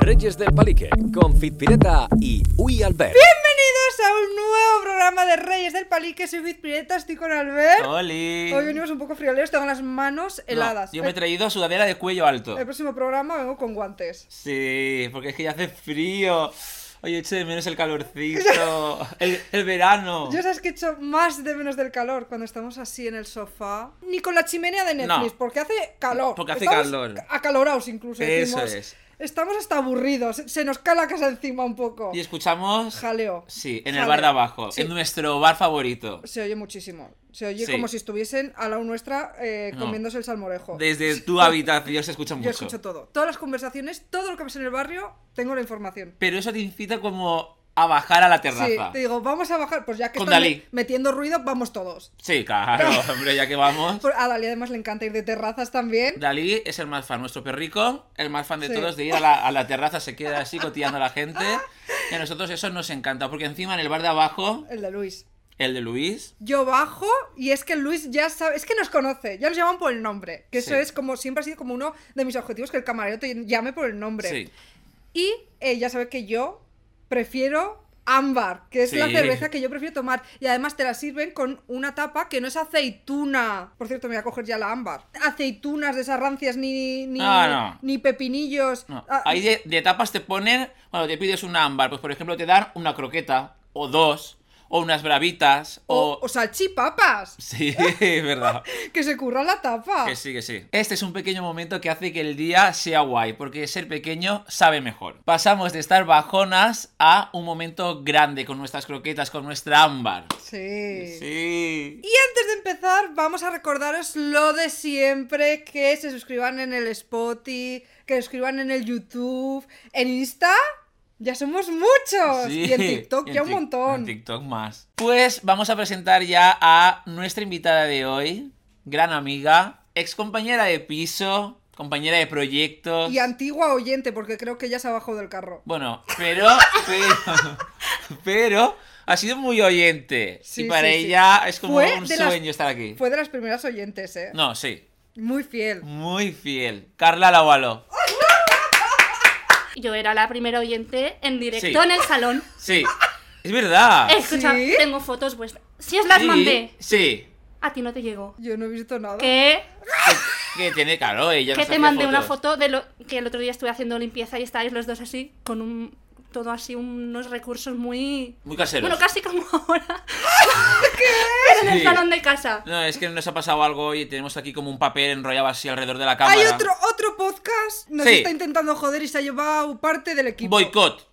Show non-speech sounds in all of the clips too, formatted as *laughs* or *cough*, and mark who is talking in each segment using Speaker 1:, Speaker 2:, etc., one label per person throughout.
Speaker 1: Reyes del Palique, Confit Pireta y Uy Albert.
Speaker 2: Bienvenidos a un nuevo programa de Reyes del Palique. Soy Bit Pireta, estoy con *laughs* Albert.
Speaker 3: ¡Oli!
Speaker 2: Hoy venimos un poco frioleros, tengo las manos
Speaker 3: No,
Speaker 2: heladas. Eh,
Speaker 3: yo me he
Speaker 2: El-
Speaker 3: traído sudadera de cuello alto.
Speaker 2: El próximo programa vengo con guantes.
Speaker 3: Sí, porque es que ya hace frío. Oye, echo de menos
Speaker 2: *laughs*
Speaker 3: el calorcito. El, el verano.
Speaker 2: Yo sabes que he hecho más de menos del calor cuando estamos así en el sofá. Ni con la chimenea de Netflix,
Speaker 3: No.
Speaker 2: porque hace calor.
Speaker 3: Porque hace
Speaker 2: Estamos
Speaker 3: calor.
Speaker 2: Acalorados incluso.
Speaker 3: Eso
Speaker 2: decimos.
Speaker 3: es.
Speaker 2: Estamos hasta aburridos. Se se nos cae la casa encima un poco.
Speaker 3: Y escuchamos.
Speaker 2: Jaleo.
Speaker 3: Sí, en el
Speaker 2: Jaleo.
Speaker 3: bar de abajo.
Speaker 2: Sí.
Speaker 3: En nuestro bar favorito.
Speaker 2: Se oye muchísimo. Se oye
Speaker 3: Sí.
Speaker 2: como si estuviesen a la nuestra eh,
Speaker 3: No.
Speaker 2: comiéndose el salmorejo.
Speaker 3: Desde tu habitación se escucha mucho.
Speaker 2: Yo escucho todo. Todas las conversaciones, todo lo que pasa en el barrio, tengo la información.
Speaker 3: Pero eso te incita como a bajar a la terraza.
Speaker 2: Sí, te digo, vamos a bajar. Pues ya que
Speaker 3: Con
Speaker 2: están
Speaker 3: Dalí.
Speaker 2: metiendo ruido, vamos todos. *laughs*
Speaker 3: Sí, claro, hombre, ya que vamos.
Speaker 2: Por- A Dalí además le encanta ir de terrazas también.
Speaker 3: Dalí es el más fan, nuestro perrico, el más fan de
Speaker 2: Sí.
Speaker 3: todos, de ir a la, a la terraza, se queda así cotillando a la gente. Y a nosotros eso nos encanta, porque encima en el bar de abajo,
Speaker 2: El de Luis.
Speaker 3: el de Luis,
Speaker 2: Yo bajo y es que Luis ya sabe, es que nos conoce, ya nos llaman por el nombre. Que eso
Speaker 3: Sí.
Speaker 2: es como, siempre ha sido como uno de mis objetivos, que el camarero te llame por el nombre.
Speaker 3: sí,
Speaker 2: Y eh, ya sabes que yo prefiero ámbar, que es
Speaker 3: Sí.
Speaker 2: la cerveza que yo prefiero tomar. Y además te la sirven con una tapa que no es aceituna. Por cierto, me voy a coger ya la ámbar. Aceitunas de esas rancias, ni, ni,
Speaker 3: Ah, no.
Speaker 2: ni pepinillos.
Speaker 3: no.
Speaker 2: Ah,
Speaker 3: Ahí de, de tapas te ponen, cuando te pides un ámbar, pues por ejemplo te dan una croqueta, o dos, o unas bravitas,
Speaker 2: o,
Speaker 3: o...
Speaker 2: o salchipapas,
Speaker 3: *laughs* Sí, es verdad.
Speaker 2: que se curra la tapa.
Speaker 3: Que sí, que sí. Este es un pequeño momento que hace que el día sea guay, porque ser pequeño sabe mejor. Pasamos de estar bajonas a un momento grande con nuestras croquetas, con nuestra ámbar.
Speaker 2: Sí.
Speaker 3: Sí.
Speaker 2: Y antes de empezar, vamos a recordaros lo de siempre, que se suscriban en el Spotify, que se suscriban en el YouTube, en Insta, ya somos muchos.
Speaker 3: Sí,
Speaker 2: Y en TikTok
Speaker 3: *laughs* y en
Speaker 2: ya un
Speaker 3: Tik- En
Speaker 2: montón.
Speaker 3: TikTok más. Pues vamos a presentar ya a nuestra invitada de hoy, gran amiga, ex compañera de piso, compañera de proyectos.
Speaker 2: Y antigua oyente, porque creo que ya se ha bajado del carro.
Speaker 3: Bueno, pero, pero, *laughs* pero ha sido muy oyente.
Speaker 2: Sí,
Speaker 3: y para
Speaker 2: sí, sí.
Speaker 3: ella es como
Speaker 2: Fue
Speaker 3: un
Speaker 2: de las-
Speaker 3: sueño estar aquí.
Speaker 2: Fue de las primeras oyentes, ¿eh?
Speaker 3: No, sí.
Speaker 2: Muy fiel.
Speaker 3: Muy fiel. Carla Lavaló.
Speaker 4: Yo era la primera oyente en directo
Speaker 3: Sí.
Speaker 4: en el salón.
Speaker 3: Sí. Es verdad.
Speaker 4: Escucha,
Speaker 2: ¿Sí?
Speaker 4: tengo fotos vuestras. Si os las
Speaker 3: Sí,
Speaker 4: mandé,
Speaker 3: Sí.
Speaker 4: a ti no te llegó.
Speaker 2: Yo no he visto nada.
Speaker 4: Que,
Speaker 3: Que tiene caro ella.
Speaker 4: que
Speaker 3: nos
Speaker 4: te
Speaker 3: hacía
Speaker 4: mandé una
Speaker 3: fotos.
Speaker 4: foto de lo que el otro día estuve haciendo limpieza y estáis los dos así, con un todo así, unos recursos muy.
Speaker 3: Muy caseros.
Speaker 4: Bueno, casi como *laughs* ahora. Pero en el
Speaker 3: Sí.
Speaker 4: salón de casa.
Speaker 3: No, es que nos ha pasado algo y tenemos aquí como un papel enrollado así alrededor de la cámara.
Speaker 2: Hay otro, otro podcast, nos
Speaker 3: Sí.
Speaker 2: está intentando joder y se ha llevado parte del equipo.
Speaker 4: *laughs*
Speaker 3: Boicot.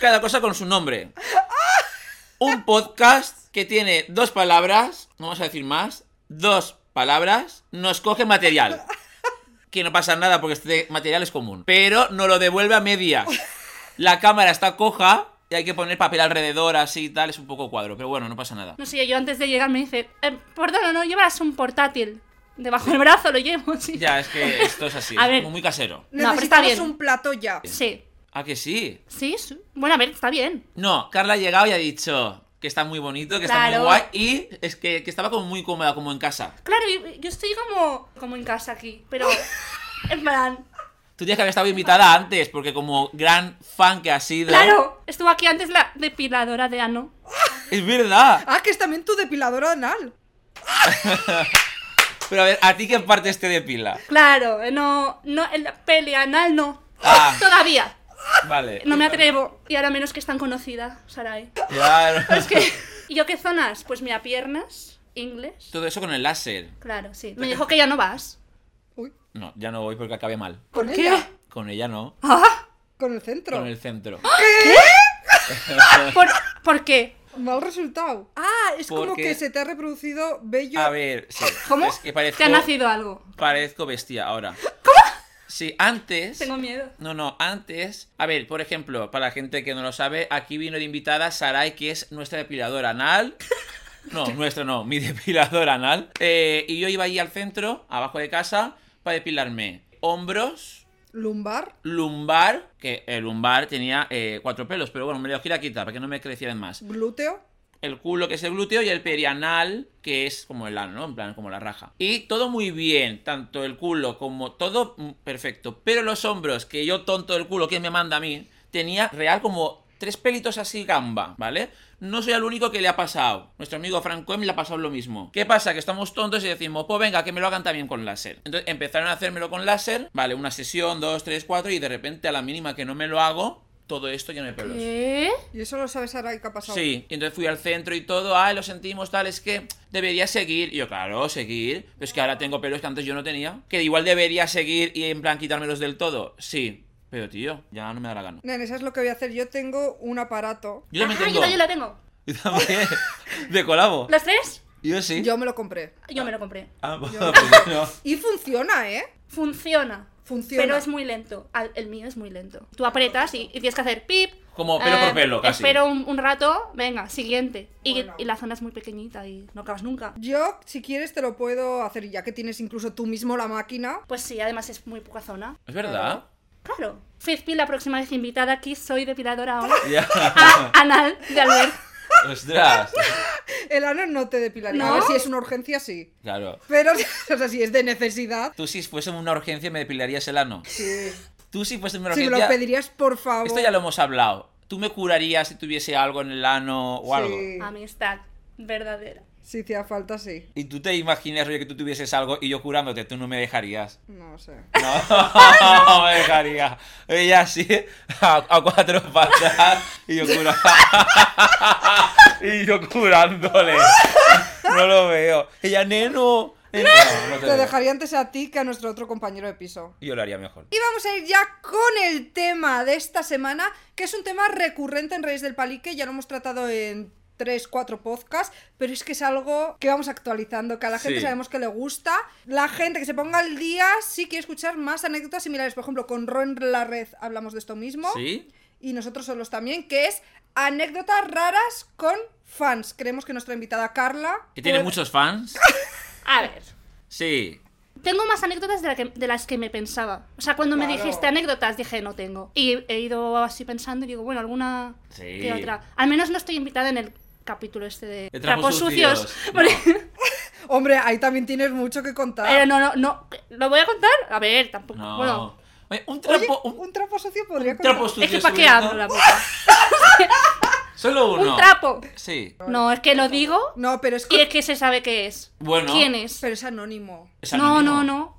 Speaker 3: Cada cosa con su nombre.
Speaker 4: Ah.
Speaker 3: Un podcast que tiene dos palabras, no vamos a decir más, dos palabras, nos coge
Speaker 4: *laughs*
Speaker 3: material. Que no pasa nada porque este material es común. Pero nos lo devuelve a medias. La cámara está coja y hay que poner papel alrededor así y tal, es un poco cuadro, pero bueno, no pasa nada.
Speaker 4: No sé, yo antes de llegar me dice, eh, perdona, no llevarás un portátil. Debajo del brazo lo llevo, sí.
Speaker 3: Ya, es que esto es así,
Speaker 4: A ver.
Speaker 3: como muy casero.
Speaker 4: No,
Speaker 2: Necesitamos
Speaker 4: pero está bien.
Speaker 2: un plato ya.
Speaker 4: Sí,
Speaker 3: ¿A que sí?
Speaker 4: sí, sí. Bueno, a ver, está bien.
Speaker 3: No, Carla ha llegado y ha dicho que está muy bonito, que está
Speaker 4: Claro.
Speaker 3: muy guay y es que, que estaba como muy cómoda, como en casa.
Speaker 4: Claro, yo, yo estoy como, como en casa aquí, pero en plan...
Speaker 3: Tú tienes que haber estado invitada antes, porque como gran fan que has sido...
Speaker 4: Claro, estuvo aquí antes la depiladora de ano.
Speaker 3: Es verdad.
Speaker 2: Ah, que es también tu depiladora anal.
Speaker 3: Pero a ver, ¿a ti qué parte te depila?
Speaker 4: Claro, eh, no, no, en la peli anal no.
Speaker 3: Ah.
Speaker 4: Todavía.
Speaker 3: Vale.
Speaker 4: No me atrevo. Y ahora menos que es tan conocida, Sarai.
Speaker 3: Claro.
Speaker 4: Es que... ¿Y yo qué zonas? Pues mira, piernas, inglés.
Speaker 3: Todo eso con el láser.
Speaker 4: Claro, sí. Me dijo que ya no vas.
Speaker 2: Uy,
Speaker 3: No, ya no voy porque acabé mal.
Speaker 2: ¿Con
Speaker 4: qué?
Speaker 2: ella?
Speaker 3: Con ella no,
Speaker 4: Ah,
Speaker 2: Con el centro.
Speaker 3: con el centro.
Speaker 4: ¿Por, ¿por qué?
Speaker 2: Mal resultado. Ah, es como
Speaker 3: Porque-
Speaker 2: que se te ha reproducido bello.
Speaker 3: A ver, sí.
Speaker 4: ¿Cómo?
Speaker 3: Es que parezco,
Speaker 4: Te ha nacido algo.
Speaker 3: parezco bestia ahora. ¿Cómo? Sí, antes...
Speaker 4: Tengo miedo.
Speaker 3: No, no, antes. A ver, por ejemplo, para la gente que no lo sabe, aquí vino de invitada Sarai, que es nuestra depiladora anal. No, nuestra no, mi depiladora anal. Eh, y yo iba ahí al centro, abajo de casa, para depilarme hombros,
Speaker 2: Lumbar.
Speaker 3: lumbar, que el lumbar tenía eh, cuatro pelos, pero bueno, me los quería quitar para que no me crecieran más.
Speaker 2: Glúteo.
Speaker 3: el culo, que es el glúteo, y el perianal, que es como el ano, ¿no? En plan, como la raja. Y todo muy bien, tanto el culo como todo mm, perfecto. Pero los hombros, que yo tonto del culo, que me manda a mí, tenía real como tres pelitos así gamba, ¿vale? No soy el único que le ha pasado. Nuestro amigo Frank Cohen le ha pasado lo mismo. ¿Qué pasa? Que estamos tontos y decimos, pues venga, que me lo hagan también con láser. Entonces empezaron a hacérmelo con láser, vale, una sesión, dos, tres, cuatro, y de repente a la mínima que no me lo hago, todo esto ya no hay pelos.
Speaker 4: ¿Qué?
Speaker 2: Y eso lo sabes ahora que ha pasado.
Speaker 3: Sí, y entonces fui al centro y todo, ay, lo sentimos, tal, es que debería seguir. Y yo, claro, seguir, pero es que ahora tengo pelos que antes yo no tenía. Que igual debería seguir y en plan quitármelos del todo. Sí, pero tío, ya no me da la gana.
Speaker 2: Nene, ¿sabes lo que voy a hacer? Yo tengo un aparato.
Speaker 3: Yo también
Speaker 4: Ajá,
Speaker 3: tengo.
Speaker 4: Ah,
Speaker 3: *laughs*
Speaker 4: yo también la tengo.
Speaker 3: Yo también. De colabo.
Speaker 4: ¿Los tres?
Speaker 3: Yo sí.
Speaker 2: Yo me lo compré.
Speaker 4: Yo me lo compré.
Speaker 3: Ah, *laughs* pues
Speaker 2: Yo-
Speaker 3: no.
Speaker 2: Y funciona, ¿eh?
Speaker 4: Funciona.
Speaker 2: Funciona.
Speaker 4: Pero es muy lento. Al- el mío es muy lento. Tú aprietas y, y tienes que hacer pip. Eh,
Speaker 3: Como pelo por pelo, casi.
Speaker 4: Espero un, un rato, venga, siguiente. Y,
Speaker 2: Bueno.
Speaker 4: y la zona es muy pequeñita y no acabas nunca.
Speaker 2: Yo, si quieres, te lo puedo hacer, ya que tienes incluso tú mismo la máquina. *laughs*
Speaker 4: Pues sí, además es muy poca zona.
Speaker 3: Es verdad.
Speaker 4: Claro. Fizpi, la próxima vez invitada aquí, soy depiladora *laughs* ahora.
Speaker 3: *laughs* Ya.
Speaker 4: A- anal de Albert.
Speaker 3: Ostras.
Speaker 2: El ano no te depilaría.
Speaker 4: ¿No?
Speaker 2: A ver si es una urgencia, sí.
Speaker 3: Claro.
Speaker 2: Pero, *laughs* o sea, si es de necesidad,
Speaker 3: Tú si fuese una urgencia me depilarías el ano.
Speaker 2: sí.
Speaker 3: Tú si fuese una
Speaker 2: Si
Speaker 3: urgencia.
Speaker 2: me lo pedirías, por favor.
Speaker 3: Esto ya lo hemos hablado. ¿Tú me curarías si tuviese algo en el ano o algo?
Speaker 2: Sí,
Speaker 4: Amistad verdadera.
Speaker 2: si te hace falta, sí.
Speaker 3: Y tú te imaginas, oye, que tú tuvieses algo y yo curándote, tú no me
Speaker 4: *laughs*
Speaker 3: dejarías.
Speaker 2: No sé.
Speaker 3: No, *laughs* no me dejaría. Ella así, a, a cuatro patas, y yo curando. *laughs* y yo curándole. No lo veo. Ella, neno. Eh,
Speaker 4: *laughs*
Speaker 3: No, no te
Speaker 2: Te
Speaker 3: veo.
Speaker 2: dejaría antes a ti que a nuestro otro compañero de piso.
Speaker 3: Yo lo haría mejor.
Speaker 2: Y vamos a ir ya con el tema de esta semana, que es un tema recurrente en Reyes del Palique, ya lo hemos tratado en 3, 4 podcasts, pero es que es algo que vamos actualizando, que a la gente
Speaker 3: Sí.
Speaker 2: sabemos que le gusta. La gente que se ponga al día sí quiere escuchar más anécdotas similares. Por ejemplo, con Ron La Red hablamos de esto mismo.
Speaker 3: ¿Sí?
Speaker 2: Y nosotros solos también, que es anécdotas raras con fans. Creemos que nuestra invitada Carla...
Speaker 3: ¿Que
Speaker 4: Pues-
Speaker 3: tiene
Speaker 2: puede-
Speaker 3: muchos fans?
Speaker 4: A ver.
Speaker 3: Sí.
Speaker 4: Tengo más anécdotas de, la que- de las que me pensaba. O sea, cuando me
Speaker 2: Claro.
Speaker 4: dijiste anécdotas, dije, no tengo. Y he ido así pensando y digo, bueno, alguna
Speaker 3: Sí.
Speaker 4: que otra. Al menos no estoy invitada en el capítulo este de
Speaker 3: De trapos sucios.
Speaker 4: *laughs* Porque-
Speaker 2: Hombre, ahí también tienes mucho que contar.
Speaker 4: Pero no, no, no. ¿Lo voy a contar? A ver, tampoco.
Speaker 3: No.
Speaker 4: Bueno,
Speaker 3: Oye, un
Speaker 2: Oye,
Speaker 3: trapo. un
Speaker 2: un trapo socio podría contar.
Speaker 3: trapo sucio.
Speaker 4: es que para qué
Speaker 3: sobre
Speaker 4: abro
Speaker 3: todo.
Speaker 4: la boca.
Speaker 3: Solo uno.
Speaker 4: Un trapo.
Speaker 3: Sí.
Speaker 4: No, es que lo digo
Speaker 2: No, pero es
Speaker 4: y
Speaker 2: que...
Speaker 4: es que se sabe qué es.
Speaker 3: Bueno.
Speaker 4: ¿Quién es?
Speaker 2: Pero es anónimo.
Speaker 3: ¿Es
Speaker 4: No,
Speaker 3: anónimo?
Speaker 4: no, no.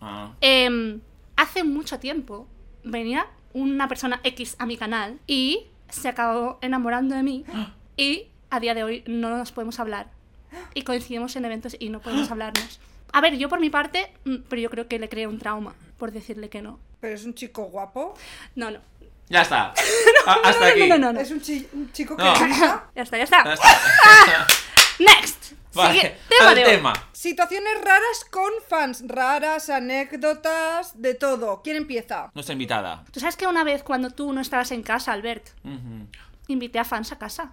Speaker 3: Ah.
Speaker 4: Em, hace mucho tiempo venía una persona X a mi canal y se acabó enamorando
Speaker 3: *gasps*
Speaker 4: de mí y a día de hoy no nos podemos hablar y coincidimos en eventos y
Speaker 3: *gasps*
Speaker 4: no podemos hablarnos. A ver, yo por mi parte, mm, pero yo creo que le creé un trauma por decirle que no.
Speaker 2: Pero es un chico guapo.
Speaker 4: No, no.
Speaker 3: Ya *laughs* está. Ah, Hasta
Speaker 4: no,
Speaker 3: aquí.
Speaker 4: no, no, no. *laughs*
Speaker 2: Es un, chi- un chico que
Speaker 3: No.
Speaker 2: grita.
Speaker 4: Ya está, ya está.
Speaker 3: Ya
Speaker 4: *laughs*
Speaker 3: está.
Speaker 4: Next.
Speaker 3: Vale.
Speaker 4: Sigue- tema
Speaker 3: Al
Speaker 4: de hoy.
Speaker 3: tema.
Speaker 2: Situaciones raras con fans. Raras, anécdotas, de todo. ¿Quién empieza?
Speaker 3: Nuestra invitada.
Speaker 4: Tú sabes que una vez cuando tú no estabas en casa, Albert,
Speaker 3: Ujú.
Speaker 4: invité a fans
Speaker 3: *gasps*
Speaker 4: a casa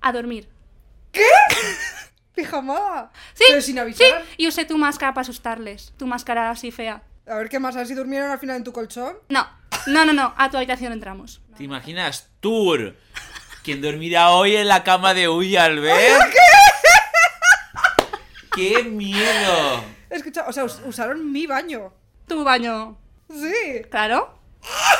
Speaker 4: a dormir.
Speaker 2: Pijamada.
Speaker 4: Sí,
Speaker 2: Pero sin avisar.
Speaker 4: sí, y usé tu máscara para asustarles. Tu máscara así fea.
Speaker 2: A ver qué más. A ver si durmieron al final en tu colchón.
Speaker 4: No, no, no, no, a tu habitación entramos.
Speaker 3: ¿Te imaginas? Tour. Quien dormirá hoy en la cama de Uy Albert. ¿Qué? miedo!
Speaker 2: Escucha, o sea, us- usaron mi baño.
Speaker 4: Tu baño,
Speaker 2: Sí.
Speaker 4: claro.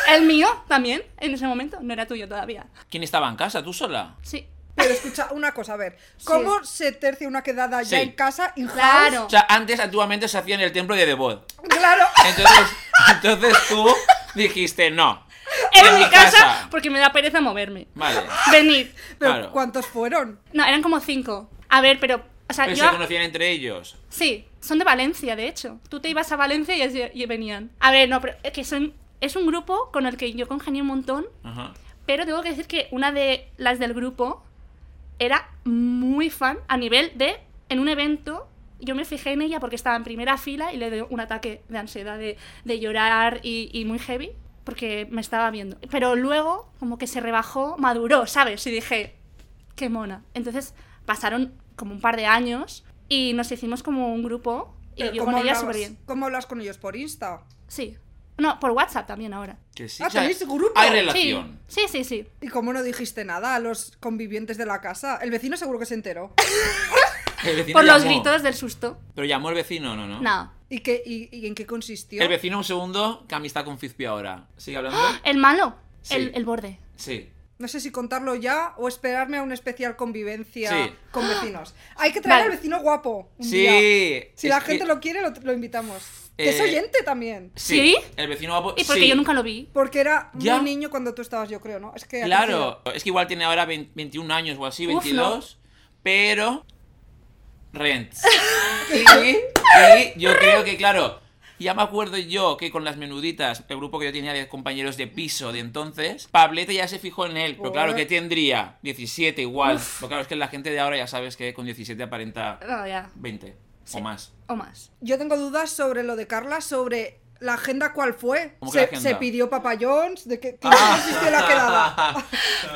Speaker 4: El mío también, en ese momento, no era tuyo todavía.
Speaker 3: ¿Quién estaba en casa? ¿Tú sola?
Speaker 4: Sí.
Speaker 2: Pero escucha, una cosa, a
Speaker 4: *laughs*
Speaker 2: ver. ¿Cómo se tercia una quedada ya
Speaker 3: Sí.
Speaker 2: en casa? in house?
Speaker 4: Claro.
Speaker 3: O sea, antes antiguamente se hacía en el templo de Devot.
Speaker 2: *laughs* Claro.
Speaker 3: Entonces, *laughs* entonces tú dijiste no.
Speaker 4: En
Speaker 3: En
Speaker 4: mi
Speaker 3: la
Speaker 4: casa,
Speaker 3: casa.
Speaker 4: porque me da pereza moverme.
Speaker 3: Vale.
Speaker 4: Venid.
Speaker 2: Pero
Speaker 3: claro.
Speaker 2: ¿cuántos fueron?
Speaker 4: No, eran como cinco. A ver, pero. O sea,
Speaker 3: Pero
Speaker 4: yo.
Speaker 3: se conocían entre ellos.
Speaker 4: Sí, son de Valencia, de hecho. Tú te ibas a Valencia y, es- y venían. A ver, no, pero es que son, es un grupo con el que yo congenié un montón,
Speaker 3: Ajá.
Speaker 4: pero tengo que decir que una de las del grupo era muy fan a nivel de, en un evento, yo me fijé en ella porque estaba en primera fila y le dio un ataque de ansiedad, de, de llorar y, y muy heavy, porque me estaba viendo. Pero luego, como que se rebajó, maduró, ¿sabes? Y dije, qué mona. Entonces pasaron como un par de años y nos hicimos como un grupo y
Speaker 2: Pero
Speaker 4: yo
Speaker 2: ¿cómo
Speaker 4: con ella
Speaker 2: hablabas-
Speaker 4: súper bien.
Speaker 2: ¿Cómo hablas con ellos? ¿Por Insta?
Speaker 4: Sí. No, por WhatsApp también ahora.
Speaker 3: Que sí.
Speaker 2: Ah,
Speaker 3: o sea,
Speaker 2: ¿tenéis grupo?
Speaker 3: Hay
Speaker 2: Sí.
Speaker 4: Sí,
Speaker 3: relación.
Speaker 4: sí, sí, sí.
Speaker 2: ¿Y cómo no dijiste nada a los convivientes de la casa? El vecino seguro que se enteró.
Speaker 3: El vecino
Speaker 4: Por los
Speaker 3: llamó.
Speaker 4: gritos del susto.
Speaker 3: Pero llamó el vecino, no, no.
Speaker 4: No.
Speaker 2: ¿Y, qué, y, y en qué consistió?
Speaker 3: El vecino, un segundo, que amistad con Fizpi ahora. ¿Sigue hablando?
Speaker 4: El malo.
Speaker 3: Sí.
Speaker 4: El, el borde.
Speaker 3: Sí.
Speaker 2: No sé si contarlo ya o esperarme a una especial convivencia
Speaker 3: Sí.
Speaker 2: con vecinos. Hay que traer
Speaker 4: Vale.
Speaker 2: al vecino guapo. un
Speaker 3: Sí.
Speaker 2: día. Si
Speaker 3: es
Speaker 2: la
Speaker 3: que-
Speaker 2: gente lo quiere, lo, lo invitamos.
Speaker 3: Eh,
Speaker 2: Que es oyente también.
Speaker 3: Sí.
Speaker 4: ¿Sí?
Speaker 3: El vecino guapo.
Speaker 4: Y porque
Speaker 3: sí.
Speaker 4: yo nunca lo vi.
Speaker 2: Porque era
Speaker 3: Ya.
Speaker 2: muy niño cuando tú estabas, yo creo, ¿no? Es que ha crecido.
Speaker 3: Claro, es que igual tiene ahora 20 21 años o así,
Speaker 4: Uf,
Speaker 3: 22, pero... Rent. Y, y yo creo que, claro, ya me acuerdo yo que con las menuditas, el grupo que yo tenía de compañeros de piso de entonces, Pablete ya se fijó en él, pero claro, que tendría 17 igual. Pero claro, es que la gente de ahora ya sabes que con 17 aparenta
Speaker 4: No, ya.
Speaker 3: 20
Speaker 4: Sí.
Speaker 3: o más.
Speaker 4: O más.
Speaker 2: Yo tengo dudas sobre lo de Carla, sobre la agenda cuál fue.
Speaker 3: ¿Cómo que
Speaker 2: Se,
Speaker 3: la agenda? Ah.
Speaker 2: se pidió papayons, de que, que no consistió la
Speaker 3: *laughs*
Speaker 2: quedada.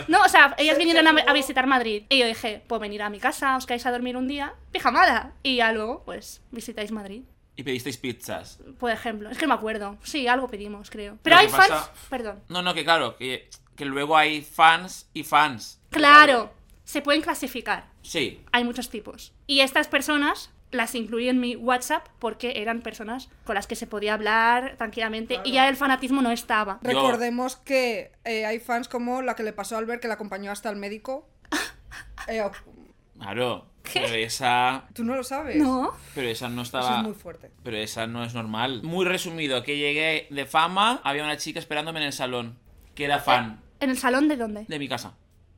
Speaker 4: No, o sea, ellas vinieron a, a visitar Madrid. Y yo dije, pues venir a mi casa, os caéis a dormir un día, pijamada. Y ya luego, pues, visitáis Madrid.
Speaker 3: Y pedisteis pizzas.
Speaker 4: Por ejemplo. Es que no me acuerdo. Sí, algo pedimos, creo. Pero
Speaker 3: Lo
Speaker 4: hay
Speaker 3: que
Speaker 4: fans.
Speaker 3: pasa-
Speaker 4: Perdón.
Speaker 3: No, no, que claro, que, que luego hay fans y fans.
Speaker 4: Claro, se pueden clasificar.
Speaker 3: Sí,
Speaker 4: Hay muchos tipos. Y estas personas las incluí en mi WhatsApp porque eran personas con las que se podía hablar tranquilamente y ya el fanatismo no estaba.
Speaker 3: Yo-
Speaker 2: Recordemos que eh, hay fans como la que le pasó a Albert, que la acompañó hasta el médico. Eh, o-
Speaker 3: claro. Pero esa...
Speaker 2: Tú no lo sabes.
Speaker 4: No.
Speaker 3: Pero esa no
Speaker 2: Eso
Speaker 3: estaba.
Speaker 2: es muy fuerte.
Speaker 3: Pero esa no es normal. Muy resumido, que llegué de fama, había una chica esperándome en el salón, que era fan
Speaker 4: ¿En el salón de dónde?
Speaker 3: de mi casa.